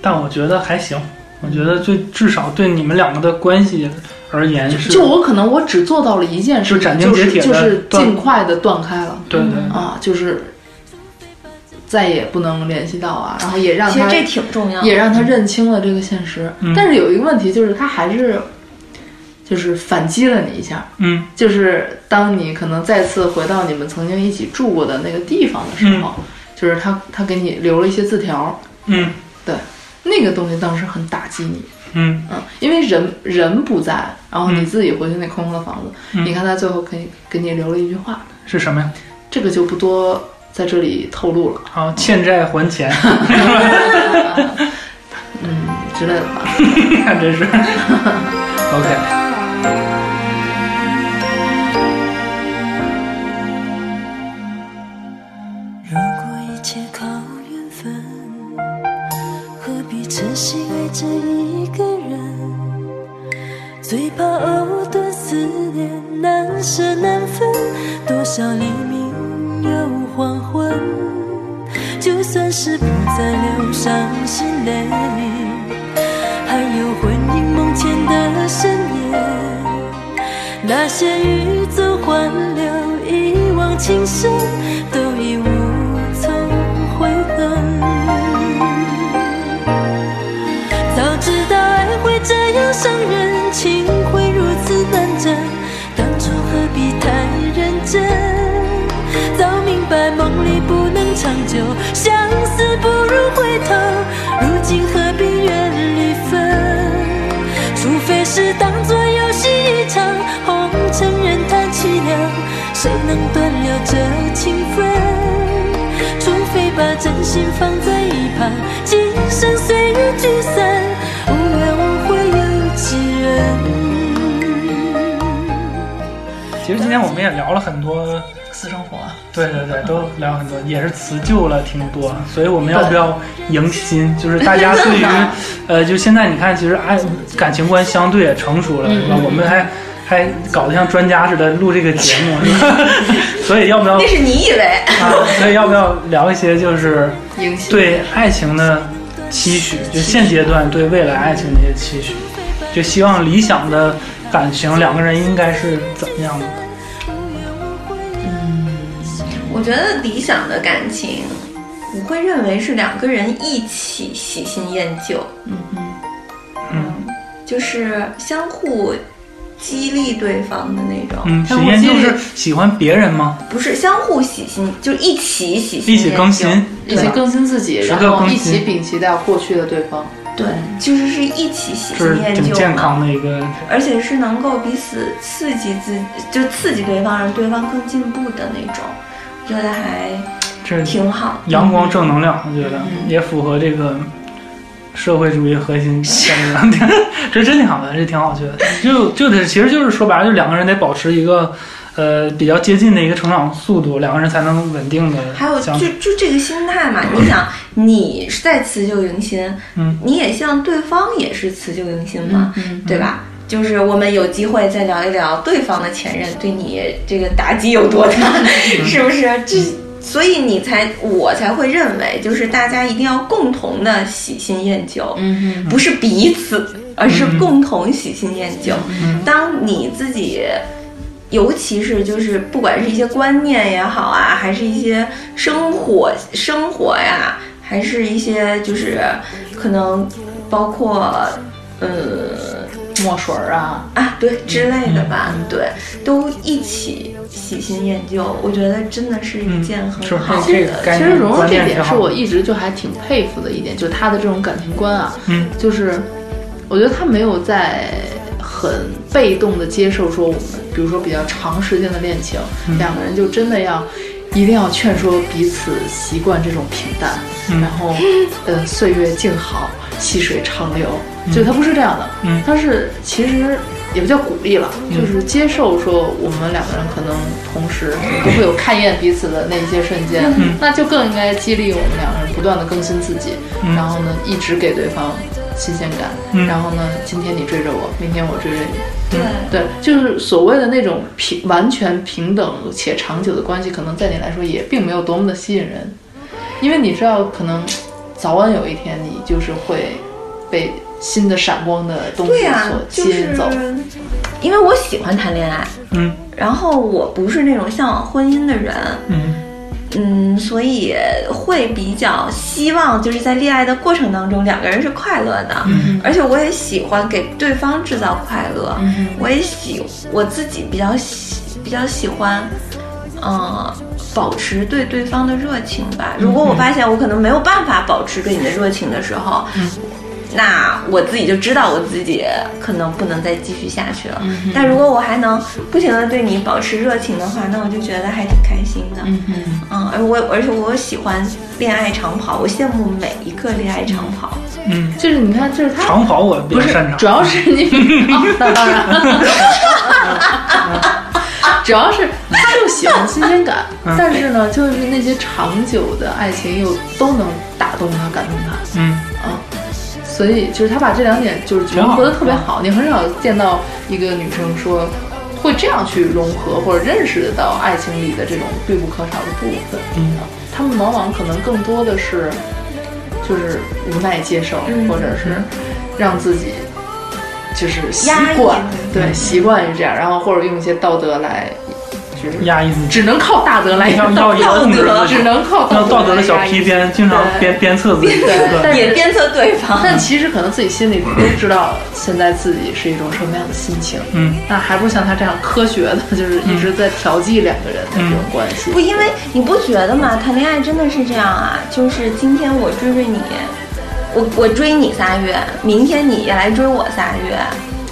A: 但我觉得还行，我觉得最至少对你们两个的关系而言嗯是，
B: 就我可能我只做到了一件事
A: 就斩
B: 情，
A: 钉截
B: 就是
A: 铁地
B: 就是
A: 断
B: 尽快的断开了
A: 对对，
B: 啊，就是再也不能联系到啊，然后也让
E: 其实
B: 他
E: 这挺重要的。
B: 也让他认清了这个现实。
A: 嗯
B: 但是有一个问题就是他还是就是反击了你一下，
A: 嗯
B: 就是当你可能再次回到你们曾经一起住过的那个地方的时候，就是他他给你留了一些字条，
A: 嗯
B: 对，那个东西当时很打击你，
A: 嗯
B: 嗯，因为人人不在，然后你
A: 嗯
B: 自己回去那空空的房子，
A: 嗯
B: 你看他最后给你给你留了一句话，
A: 是什么呀？
B: 这个就不多在这里透露了，
A: 啊，欠债还钱，
B: 嗯之类的吧。
A: 看 真是，OK。
F: 如果一切靠缘分，何必痴心爱着一个人？最怕藕断丝连，难舍难分。多少黎明又黄昏，就算是不再流伤心泪，还有魂萦梦牵的深夜。那些欲走还留、一往情深，都已无从回本。早知道爱会这样伤人，情会如此难枕，当初何必太认真？早明白梦里不能长久，相思不如谁能断了这情分？除非把真心放在一旁，今生随日聚散，无怨无悔有几人？
A: 其实今天我们也聊了很多，
B: 私生活，
A: 对对对，都聊了很多，也是辞旧了挺多，所以我们要不要迎新？就是大家 对于，呃，就现在你看，其实爱感情观相对也成熟了，
B: 嗯
A: 是吧？我们还还搞得像专家似的录这个节目，是吧 所以要不要
E: 那是你以 为？
A: 啊？所以要不要聊一些就是
B: 迎新
A: 对爱情的期许？就现阶段对未来爱情的一些期许，就希望理想的感情，两个人应该是怎么样的？
E: 我觉得理想的感情，我会认为是两个人一起喜新厌旧，嗯
A: 嗯
E: 就是相互激励对方的那种，
A: 嗯，许
E: 相互
A: 愿
E: 激
A: 就
E: 励
A: 是喜欢别人吗？
E: 不是相互喜新，就一起喜新，
A: 一起更新，，
B: 一起更新自己，
A: 时刻
B: 然后
A: 更
B: 一
A: 新
B: 起摒弃掉过去的对方。
E: 对，就是是一起喜
A: 这是
E: 新厌
A: 挺
E: 旧，
A: 健康的一个。
E: 而且是能够彼此刺激自己，就刺激对方，让对方更进步的那种，我觉得还
A: 这
E: 挺嗯好。
A: 阳光正能量，我觉得也符合这个社会主义核心价值观。 这真挺好的，这挺好，我觉得就就得其实就是说白了，就两个人得保持一个呃比较接近的一个成长速度，两个人才能稳定的
E: 还有就
A: 相处。
E: 就这个心态嘛，你想你是在辞旧迎新，
A: 嗯，
E: 你也希望对方也是辞旧迎新嘛，
B: 嗯
E: 对吧？就是我们有机会再聊一聊对方的前任对你这个打击有多大， 是不是？这所以你才我才会认为，就是大家一定要共同的喜新厌旧，
B: 嗯
E: 不是彼此，而是共同喜新厌旧。
B: 嗯
E: 当你自己，尤其是就是不管是一些观念也好啊，还是一些生活生活呀，还是一些就是可能包括呃
B: 哼，墨水儿啊，
E: 啊对之类的吧，对，都一起喜新厌旧，我觉得真的是一件
A: 是
E: 很好
A: 这个
E: 的。
A: 概
B: 其
A: 念
B: 实蓉蓉
A: 观
B: 这
A: 念挺
B: 点是
A: 好
B: 我一直就还挺佩服的一点，就是她的这种感情观啊，
A: 嗯，
B: 就是我觉得她没有在很被动的接受说我们，比如说比较长时间的恋情，两个人就真的要。一定要劝说彼此习惯这种平淡，然后，呃，岁月静好，细水长流。就他不是这样的，
A: 嗯
B: 他是其实也不叫鼓励了，就是接受说我们两个人可能同时都会有看厌彼此的那一些瞬间，那就更应该激励我们两个人不断的更新自己，然后呢一直给对方新鲜感，
A: 嗯
B: 然后呢今天你追着我，明天我追着你，
E: 对，
B: 对，就是所谓的那种平完全平等且长久的关系，可能在你来说也并没有多么的吸引人，因为你知道，可能早晚有一天你就是会被新的闪光的东
E: 对
B: 西
E: 呀、
B: 所
E: 就
B: 吸
E: 是
B: 引走。
E: 因为我喜欢谈恋爱，
A: 嗯
E: 然后我不是那种向往婚姻的人，
A: 嗯
E: 嗯，所以会比较希望就是在恋爱的过程当中，两个人是快乐的，
A: 嗯
E: 而且我也喜欢给对方制造快乐，
A: 嗯
E: 我也喜我自己比较喜比较喜欢，呃，保持对对方的热情吧。
A: 嗯
E: 如果我发现我可能没有办法保持对你的热情的时候，
A: 嗯
E: 那我自己就知道我自己可能不能再继续下去了。但如果我还能不停的对你保持热情的话，那我就觉得还挺开心的。嗯而我而且我喜欢恋爱长跑，我羡慕每一个恋爱长跑。
A: 嗯，
B: 就是你看，就是他
A: 长跑我比
B: 不
A: 较
B: 是
A: 擅，长
B: 主。要是你啊，那当然，主要是他就喜欢新鲜感，
A: 嗯
B: 但是呢，就是那些长久的爱情又都能打动他、感动他。
A: 嗯，
B: 所以就是他把这两点就是融合的特别好，你很少见到一个女生说会这样去融合或者认识到爱情里的这种必不可少的部分。
A: 嗯，
B: 他们往往可能更多的是就是无奈接受，
E: 嗯
B: 或者是让自己就是习
E: 压抑
B: 惯，
E: 嗯
B: 对，习惯于这样，然后或者用一些道德来，就是
A: 压抑自己，
B: 只能靠大德来
A: 要 要要控制自己
B: 只能靠
A: 要道德的小
B: 来压抑
A: 批鞭，经常
B: 对
A: 鞭鞭策自己。
B: 对但是
E: 也鞭策对方。
B: 但其实可能自己心里都知道现在自己是一种什么样的心情，
A: 嗯，
B: 那还不如像他这样科学的，就是一直在调剂两个人的这种
A: 嗯
B: 关系。
E: 不，因为你不觉得吗？谈恋爱真的是这样啊，就是今天我追追你，我我追你仨月，明天你也来追我仨月，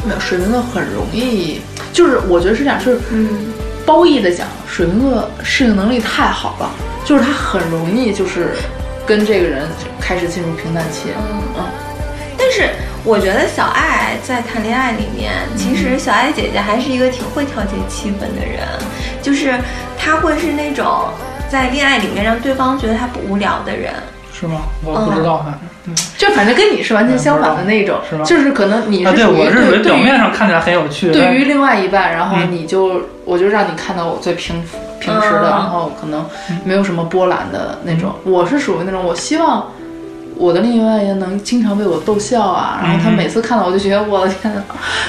B: 没有水瓶座很容易，就是我觉得是这样，就是
E: 嗯，
B: 褒义的讲，水瓶座适应能力太好了，就是他很容易就是跟这个人开始进入平淡期。嗯，
E: 但是我觉得小爱在谈恋爱里面，其实小爱姐姐还是一个挺会调节气氛的人，就是她会是那种在恋爱里面让对方觉得她不无聊的人。
A: 是吗？我不知道，反正嗯
B: 就反正跟你是完全相反的那种，
A: 是吗
B: 就是可能你
A: 啊，
B: 是
A: 对
B: 属于
A: 我是属于
B: 对
A: 表面上看起来很有趣，
B: 对
A: 但
B: 于另外一半，然后
A: 嗯
B: 你就、我就让你看到我最平平时的，
E: 嗯
B: 然后可能没有什么波澜的那种。
A: 嗯
B: 我是属于那种，我希望我的另一半也能经常被我逗笑啊，然后他
A: 嗯
B: 每次看到我就觉得我的天哪，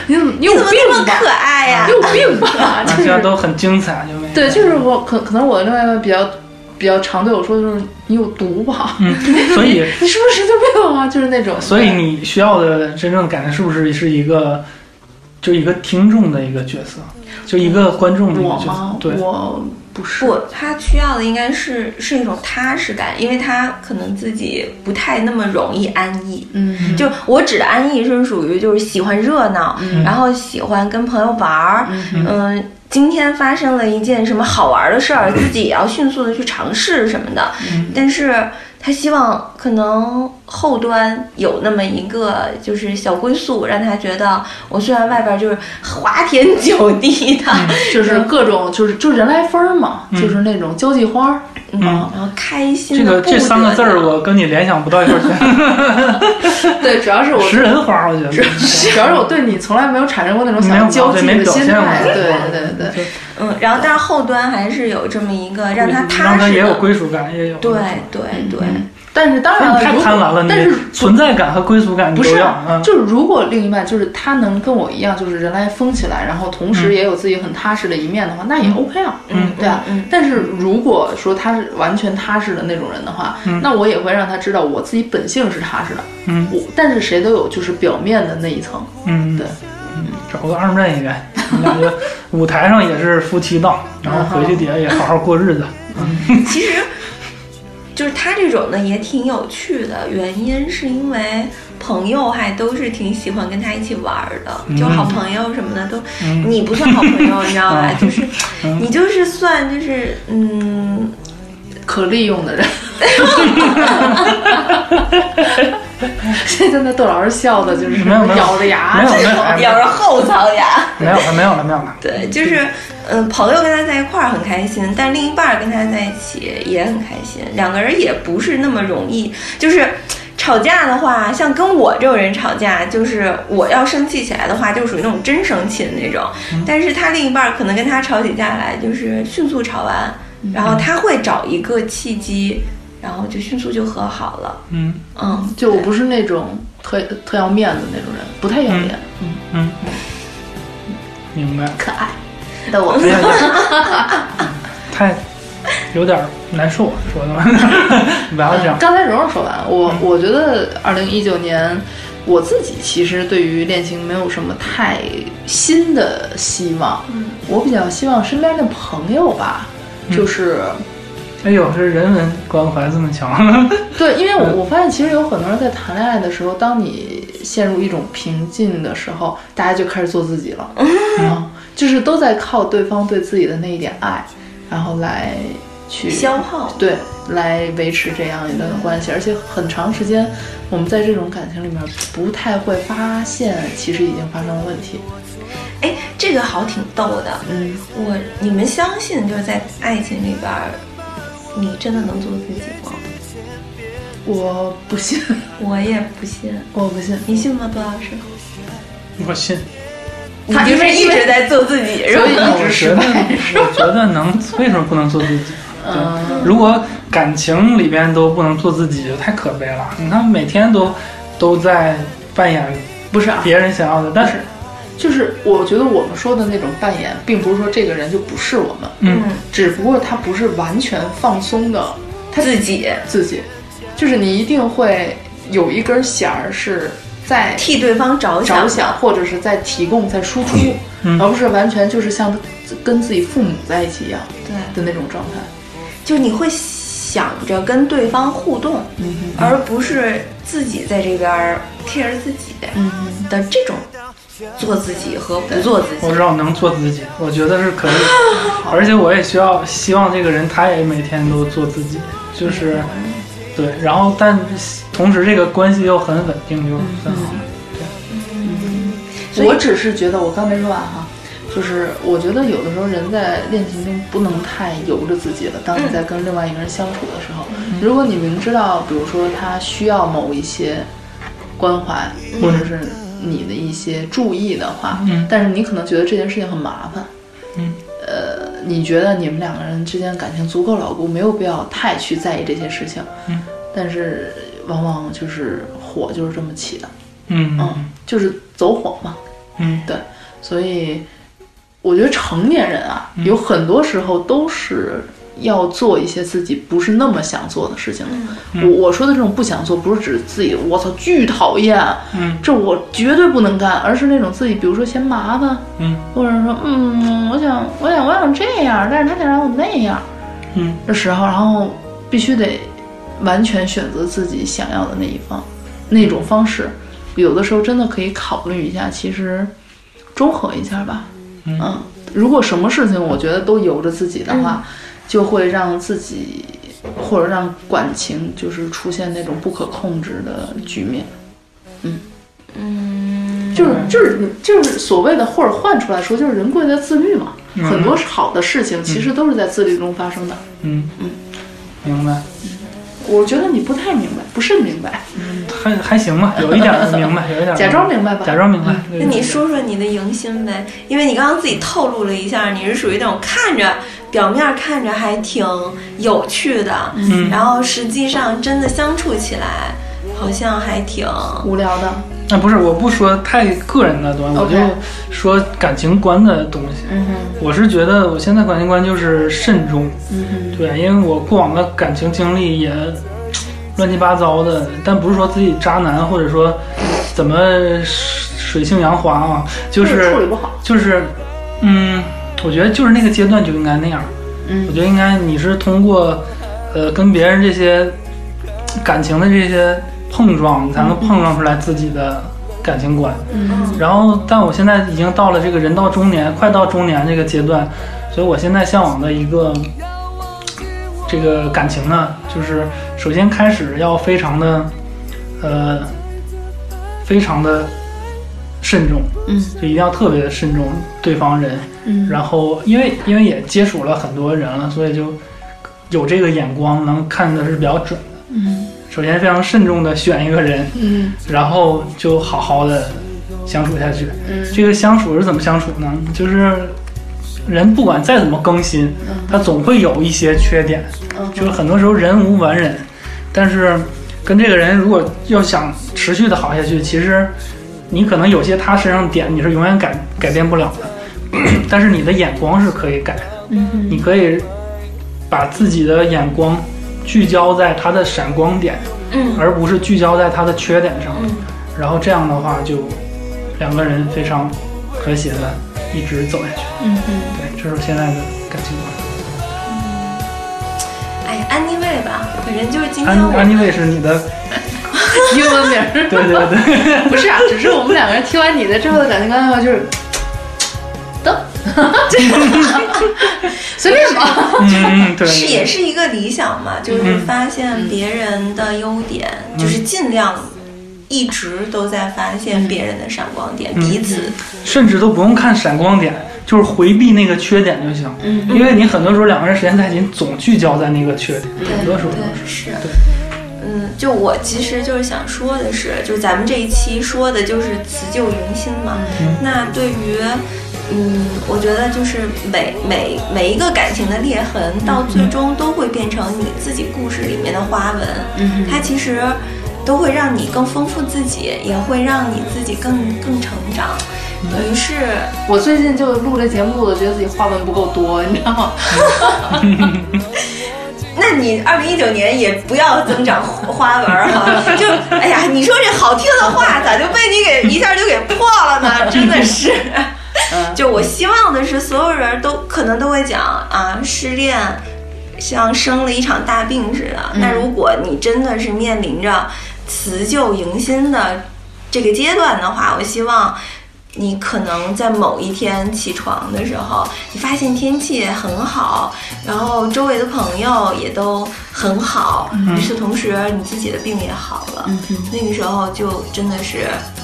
B: 你怎么你有
E: 你怎么这么
B: 病吧？
E: 可爱呀、
B: 你有 病吧？
A: 大
B: 就
A: 家
B: 是
A: 都很精彩，就没
B: 对，就是我可可能我的另外一半比较比较常对我说，就是你有毒吧？
A: 嗯，所以
B: 你 是不是神经病啊？就是那种，
A: 所以你需要的真正的感情是不是是一个，就一个听众的一个角色，就一个观众的一个
B: 我
A: 角
B: 吗
A: 色？？对，
B: 我不是，
E: 不，他需要的应该是是一种踏实感，因为他可能自己不太那么容易安逸。
B: 嗯，
E: 就我指的安逸是属于就是喜欢热闹，
B: 嗯
E: 然后喜欢跟朋友玩儿，
B: 嗯
E: 嗯、今天发生了一件什么好玩的事儿，自己也要迅速的去尝试什么的。
B: 嗯
E: 但是他希望可能后端有那么一个就是小归宿，让他觉得我虽然外边就是花天酒地的，
B: 嗯就是各种就是就人来疯儿嘛，
A: 嗯
B: 就是那种交际花儿。
E: 嗯，然后开心
A: 这
E: 的
A: 个这三个字儿，我跟你联想不到一块儿去，
B: 对，主要是我，啊
A: 食人花，我觉得。
B: 主要是我对你从来没有产生过那种想
A: 没
B: 要
A: 有
B: 交际
A: 对没
B: 的
A: 表
B: 心
A: 现过
B: 态。对对对对，
E: 嗯，然后但是后端还是有这么一个
A: 嗯
E: 让他
A: 让
E: 踏
A: 他
E: 实
A: 也有
E: 的，
A: 归属感，嗯也有
E: 对对对，
B: 但是当然
A: 你
B: 了，
A: 太
B: 如果
A: 贪婪了，你
B: 但是
A: 存在感和归属感你
B: 不
A: 都
B: 是
A: 要
B: 啊、
A: 啊。
B: 就是如果另一半就是他能跟我一样，就是人来疯起来，然后同时也有自己很踏实的一面的话，那也 OK 啊，
A: 嗯
B: 对啊。
E: 嗯
B: 但是如果说他是完全踏实的那种人的话，
A: 嗯
B: 那我也会让他知道我自己本性是踏实的，
A: 嗯
B: 我但是谁都有就是表面的那一层，
A: 嗯，
B: 对，
A: 找个二战应该， 你俩就舞台上也是夫妻档，然
B: 嗯
A: 后回去底下也好好过日子。
E: 其实就是他这种呢也挺有趣的，原因是因为朋友还都是挺喜欢跟他一起玩儿的，就好朋友什么的都，
A: 嗯
E: 你不算好 朋友，你知道吧？就是
A: 嗯
E: 你就是算就是 嗯，
B: 可利用 的人。现在那窦老师笑的就是
A: 没有没有
B: 咬着
A: 没
B: 牙，
A: 有没有哎没有
E: 咬着后槽牙。
A: 没有了没有了没有了，
E: 对，就是，嗯、朋友跟他在一块儿很开心，但另一半儿跟他在一起也很开心，两个人也不是那么容易。就是吵架的话，像跟我这种人吵架，就是我要生气起来的话，就属于那种真生气的那种。但是他另一半儿可能跟他吵起架来，就是迅速吵完，然后他会找一个契机，然后就迅速就和好了。
A: 嗯
E: 嗯，
B: 就我不是那种特特要面子那种人，不太要脸，
A: 嗯，明白。
B: 可爱的我。
A: 哎 呀嗯太有点儿难受，说 的吗？不啊要这样。
B: 刚才蓉蓉说完，我我觉得二零一九年我自己其实对于恋情没有什么太新的希望，我比较希望身边的朋友吧，就是。
A: 哎呦，这人文关怀这么强，
B: 对，因为我我发现其实有很多人在谈恋爱的时候，当你陷入一种瓶颈的时候，大家就开始做自己了，啊，就是都在靠对方对自己的那一点爱，然后来去
E: 消耗
B: 对，来维持这样一段关系，而且很长时间，我们在这种感情里面不太会发现，其实已经发生了问题，
E: 哎，这个好挺逗的。
B: 嗯，
E: 我，你们相信就是在爱情里边儿，你真的能做自己吗？
B: 我不信，
E: 我也不信，
B: 我不信，
E: 你信吗，杜老师？
A: 我信。
B: 他
E: 你就是
B: 因为
E: 一直在做自己，是吧
B: 所以一
A: 我
B: 直
A: 觉
B: 失
A: 得，
B: 败，
A: 我觉得能，为什么不能做自己？
B: 嗯
A: 对，如果感情里边都不能做自己，就太可悲了。你看，每天都都在扮演
B: 不是啊，
A: 别人想要的，但是，
B: 就是我觉得我们说的那种扮演，并不是说这个人就不是我们，
A: 嗯，
B: 只不过他不是完全放松的他
E: 自己
B: 自己，就是你一定会有一根弦儿是在
E: 替对方着想，
B: 着想，或者是在提供、在输出，
A: 嗯
B: 而不是完全就是像跟自己父母在一起一样
E: 对，
B: 的那种状态。
E: 就是你会。想着跟对方互动，而不是自己在这边儿 care 自己的这种做自己和不做自
A: 我
E: 己。
A: 知道能做自己，我觉得是 可以，而且我也需要希望这个人他也每天都做自己，就是对，然后但同时这个关系又很稳定，就很好。
B: 我只是觉得，我刚没说完哈，就是我觉得有的时候人在恋情中不能太由着自己了。当
A: 嗯
B: 你在跟另外一个人相处的时候，如果你明知道，比如说他需要某一些关怀，或者是你的一些注意的话，
A: 嗯
B: 但是你可能觉得这件事情很麻烦，
A: 嗯，
B: 呃，你觉得你们两个人之间感情足够牢固，没有必要太去在意这些事情，
A: 嗯，
B: 但是往往就是火就是这么起的，
A: 嗯
B: 嗯，就是走火嘛，
A: 嗯
B: 对，所以我觉得成年人啊，
A: 嗯
B: 有很多时候都是要做一些自己不是那么想做的事情的。
A: 嗯
B: 我我说的这种不想做，不是指自己我操巨讨厌，
A: 嗯
B: 这我绝对不能干，而是那种自己比如说嫌麻烦，
A: 嗯
B: 或者说嗯，我想我想我想这样，但是他想让我那样
A: 嗯
B: 的时候，然后必须得完全选择自己想要的那一方那种方式，有的时候真的可以考虑一下，其实中和一下吧。
A: 嗯
B: 嗯，如果什么事情我觉得都由着自己的
A: 嗯
B: 话，就会让自己或者让感情就是出现那种不可控制的局面。嗯嗯，就是就是就是所谓的或者换出来说，就是人贵在自律嘛。
A: 嗯
B: 很多好的事情其实都是在自律中发生的。
A: 嗯嗯，明白，
B: 我觉得你不太明白，不甚明白，
A: 还还行吧，有一点儿明白，有一点儿
B: 假装明白吧。
A: 假装明白。对
E: 那你说说你的迎新呗，因为你刚刚自己透露了一下，你是属于那种看着表面看着还挺有趣的，
A: 嗯
E: 然后实际上真的相处起来好像还挺
B: 无聊的，
A: 那啊不是，我不说太个人的东西，我
B: OK
A: 就说感情观的东西。
B: 嗯哼，
A: 我是觉得我现在感情观就是慎重，
B: 嗯哼，
A: 对，因为我过往的感情经历也乱七八糟的，但不是说自己渣男，或者说怎么水性杨花啊，就
B: 就是处理
A: 是
B: 不好，
A: 就是，嗯，我觉得就是那个阶段就应该那样。
B: 嗯
A: 我觉得应该你是通过，呃，跟别人这些感情的这些碰撞，你才能碰撞出来自己的感情观。
B: 嗯
A: 然后，但我现在已经到了这个人到中年，快到中年这个阶段，所以我现在向往的一个这个感情呢，就是首先开始要非常的，呃，非常的慎重，
B: 嗯，
A: 就一定要特别的慎重对方人，
B: 嗯
A: 然后因为因为也接触了很多人了，所以就有这个眼光，能看的是比较准的。
B: 嗯
A: 首先非常慎重的选一个人，
B: 嗯
A: 然后就好好的相处下去。
B: 嗯
A: 这个相处是怎么相处呢？就是人不管再怎么更新，他总会有一些缺点，
B: 嗯
A: 就是很多时候人无完人。但是跟这个人如果要想持续的好下去，其实你可能有些他身上的点你是永远改改变不了的， 但是你的眼光是可以改的。
B: 嗯
A: 你可以把自己的眼光聚焦在他的闪光点，
E: 嗯，
A: 而不是聚焦在他的缺点上。
B: 嗯
A: 然后这样的话，就两个人非常和谐的一直走下去。
B: 嗯嗯。
A: 对，这是我现在的感情观。
E: 哎安妮味吧，反正就是今天
A: 安
E: 我
A: 安妮卫是你的，
B: 英文名儿
A: 对对对，
B: 不是啊，只是我们两个人听完你的之后的感情观的话，就是，的， 随便吧。
A: 嗯嗯对，
E: 是也是一个理想嘛，就是
A: 嗯
E: 发现别人的优点，就是尽量一直都在发
A: 嗯
E: 现别人的闪光点，彼此
A: 甚至都不用看闪光点，就是回避那个缺点就行。嗯，因为你很多时候两个人时间太紧，总聚焦在那个缺点，很多时候都是。
E: 是
A: 对。
E: 嗯，就我其实就是想说的是，就是咱们这一期说的就是辞旧迎新嘛。那对于，嗯，我觉得就是每每每一个感情的裂痕，到最
A: 嗯
E: 终都会变成你自己故事里面的花纹。嗯，它其实都会让你更丰富自己，也会让你自己更更成长。
A: 嗯
E: 于是，
B: 我最近就录这节目，我觉得自己话文不够多，你知道吗？
E: 那你二零一九年也不要增长花纹儿哈，就哎呀，你说这好听的话咋就被你给一下就给破了呢？真的是，就我希望的是所有人都可能都会讲啊，失恋
H: 像生了一场大病似的。那如果你真的是面临着辞旧迎新的这个阶段的话，我希望。你可能在某一天起床的时候，你发现天气很好，然后周围的朋友也都很好，与此同时你自己的病也好了，那个时候就真的是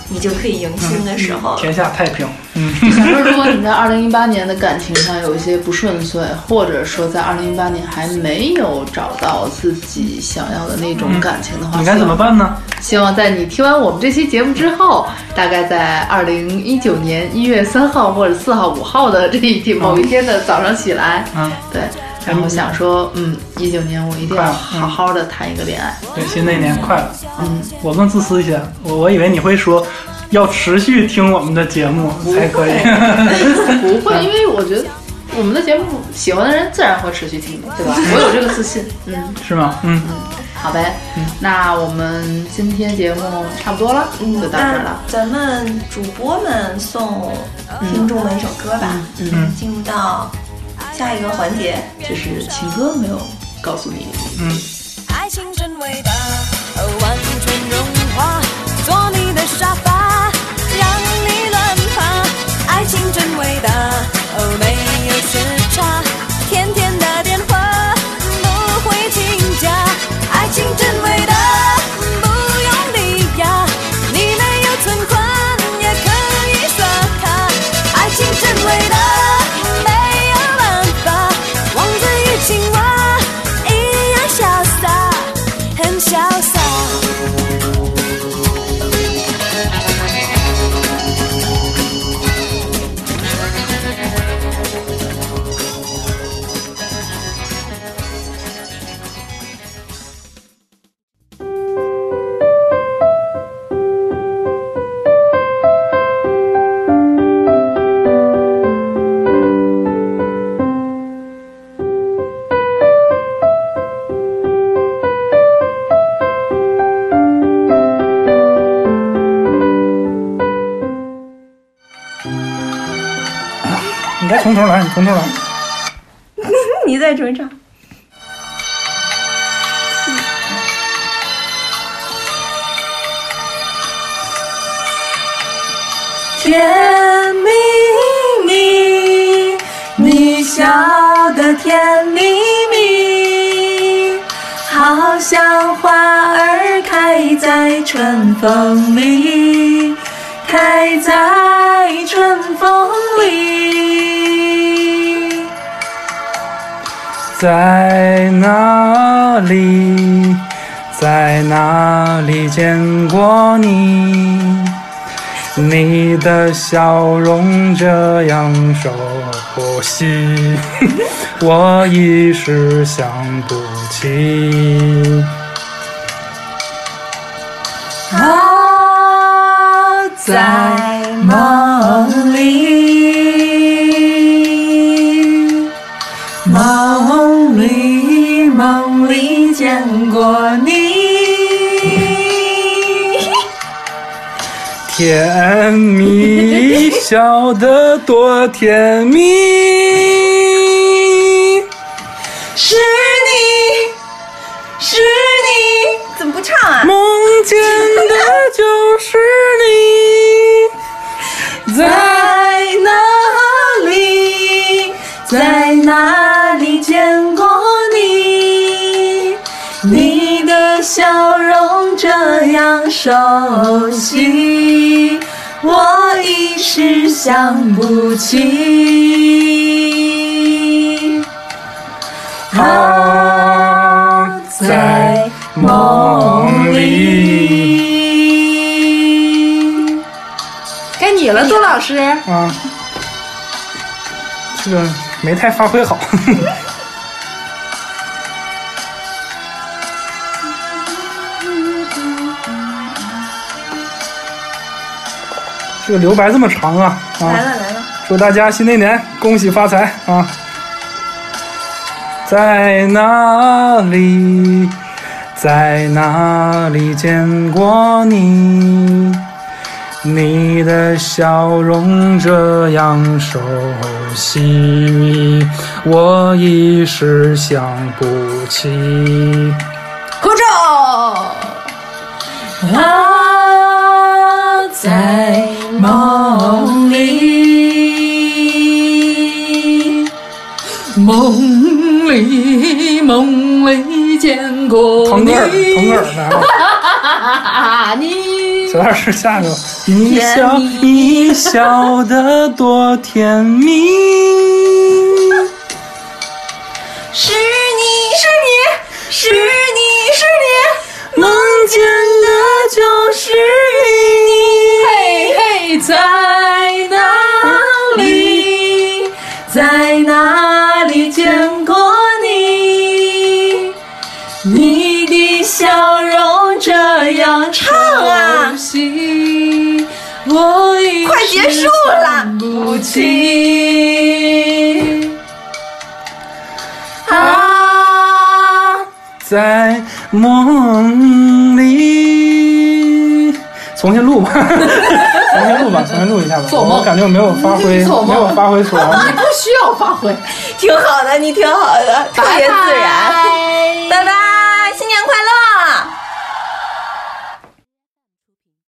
H: 你就可以迎新的时候了。
A: 天下太平。嗯，
B: 假如如果你在二零一八年的感情上有一些不顺遂，或者说在二零一八年还没有找到自己想要的那种感情的话，
A: 你嗯该怎么办呢？
B: 希望在你听完我们这期节目之后，大概在二零一九年一月三号或者四号、五号的这一天某一天的早上起来，
A: 嗯，
B: 对，然后想说，嗯，一九年我一定要好好的谈一个恋爱，
A: 对，新的一年快乐。嗯，我更自私一些，我我以为你会说要持续听我们的节目才可以。嗯
B: 不会，因为我觉得。我们的节目喜欢的人自然会持续听的，对 吧？我有这个自信。嗯，
A: 是吗？嗯，
B: 好呗，那我们今天节目差不多了，就到这儿
H: 那
B: 了。
H: 咱们主播们送听众们一首歌吧，
A: 嗯
H: 进入到下一个环节，
B: 就是情歌没有告诉你，
F: 爱情真伟大，完全融化，做你的沙发，让你乱爬。爱情真伟大，哦，没有时差，天天打电话，不会请假。爱情真伟大，不用理呀，你没有存款也可以刷卡。爱情真伟大。没有办法，王子与青蛙一样潇洒，很潇洒。
A: 你该从头来，你从头来。
H: 你再重唱。嗯甜蜜蜜，你笑得甜蜜蜜，好像花儿开在春风里，开在春风里。
A: 在哪里，在哪里见过你？你的笑容这样熟悉，我一时想不起。
H: 啊，在梦里，梦里梦里见过你。
A: 甜蜜，笑得多甜蜜。
H: 是你，是你，怎么不唱啊？
A: 梦见的就是你，在
H: 在哪里，在哪里见过你？你的笑容这样熟悉，我一时想不起。
A: 啊，在
H: 在
A: 梦里。
B: 该你了，周老师。
A: 啊，这个没太发挥好。 这个留白这么长啊啊！
H: 来了来了，
A: 祝大家新的一年恭喜发财啊！在哪里，在哪里见过你？你的笑容这样熟悉，我一时想不起。
H: 合照。他在梦里，梦里梦里见过
A: 腾格尔，
H: 你
A: 腾格尔来 了，
H: 啊，你
A: 主要是下一个。你笑，你笑得多甜蜜。
E: 是你是你是你是你，
A: 梦见的就是
H: 嘿嘿，在哪里，在哪里见过你？你的笑容这样唱
E: 啊
H: 惜，我已
E: 快结束了。
H: 不起。
E: 啊！
A: 在梦里。重新录吧，重新录吧，重新录一下吧。
H: 做梦
A: 我感觉我没有发挥，
H: 做
A: 没
H: 梦
A: 有发挥出来。
H: 不需要发挥，
E: 挺好的，你挺好的，特别自然。拜拜。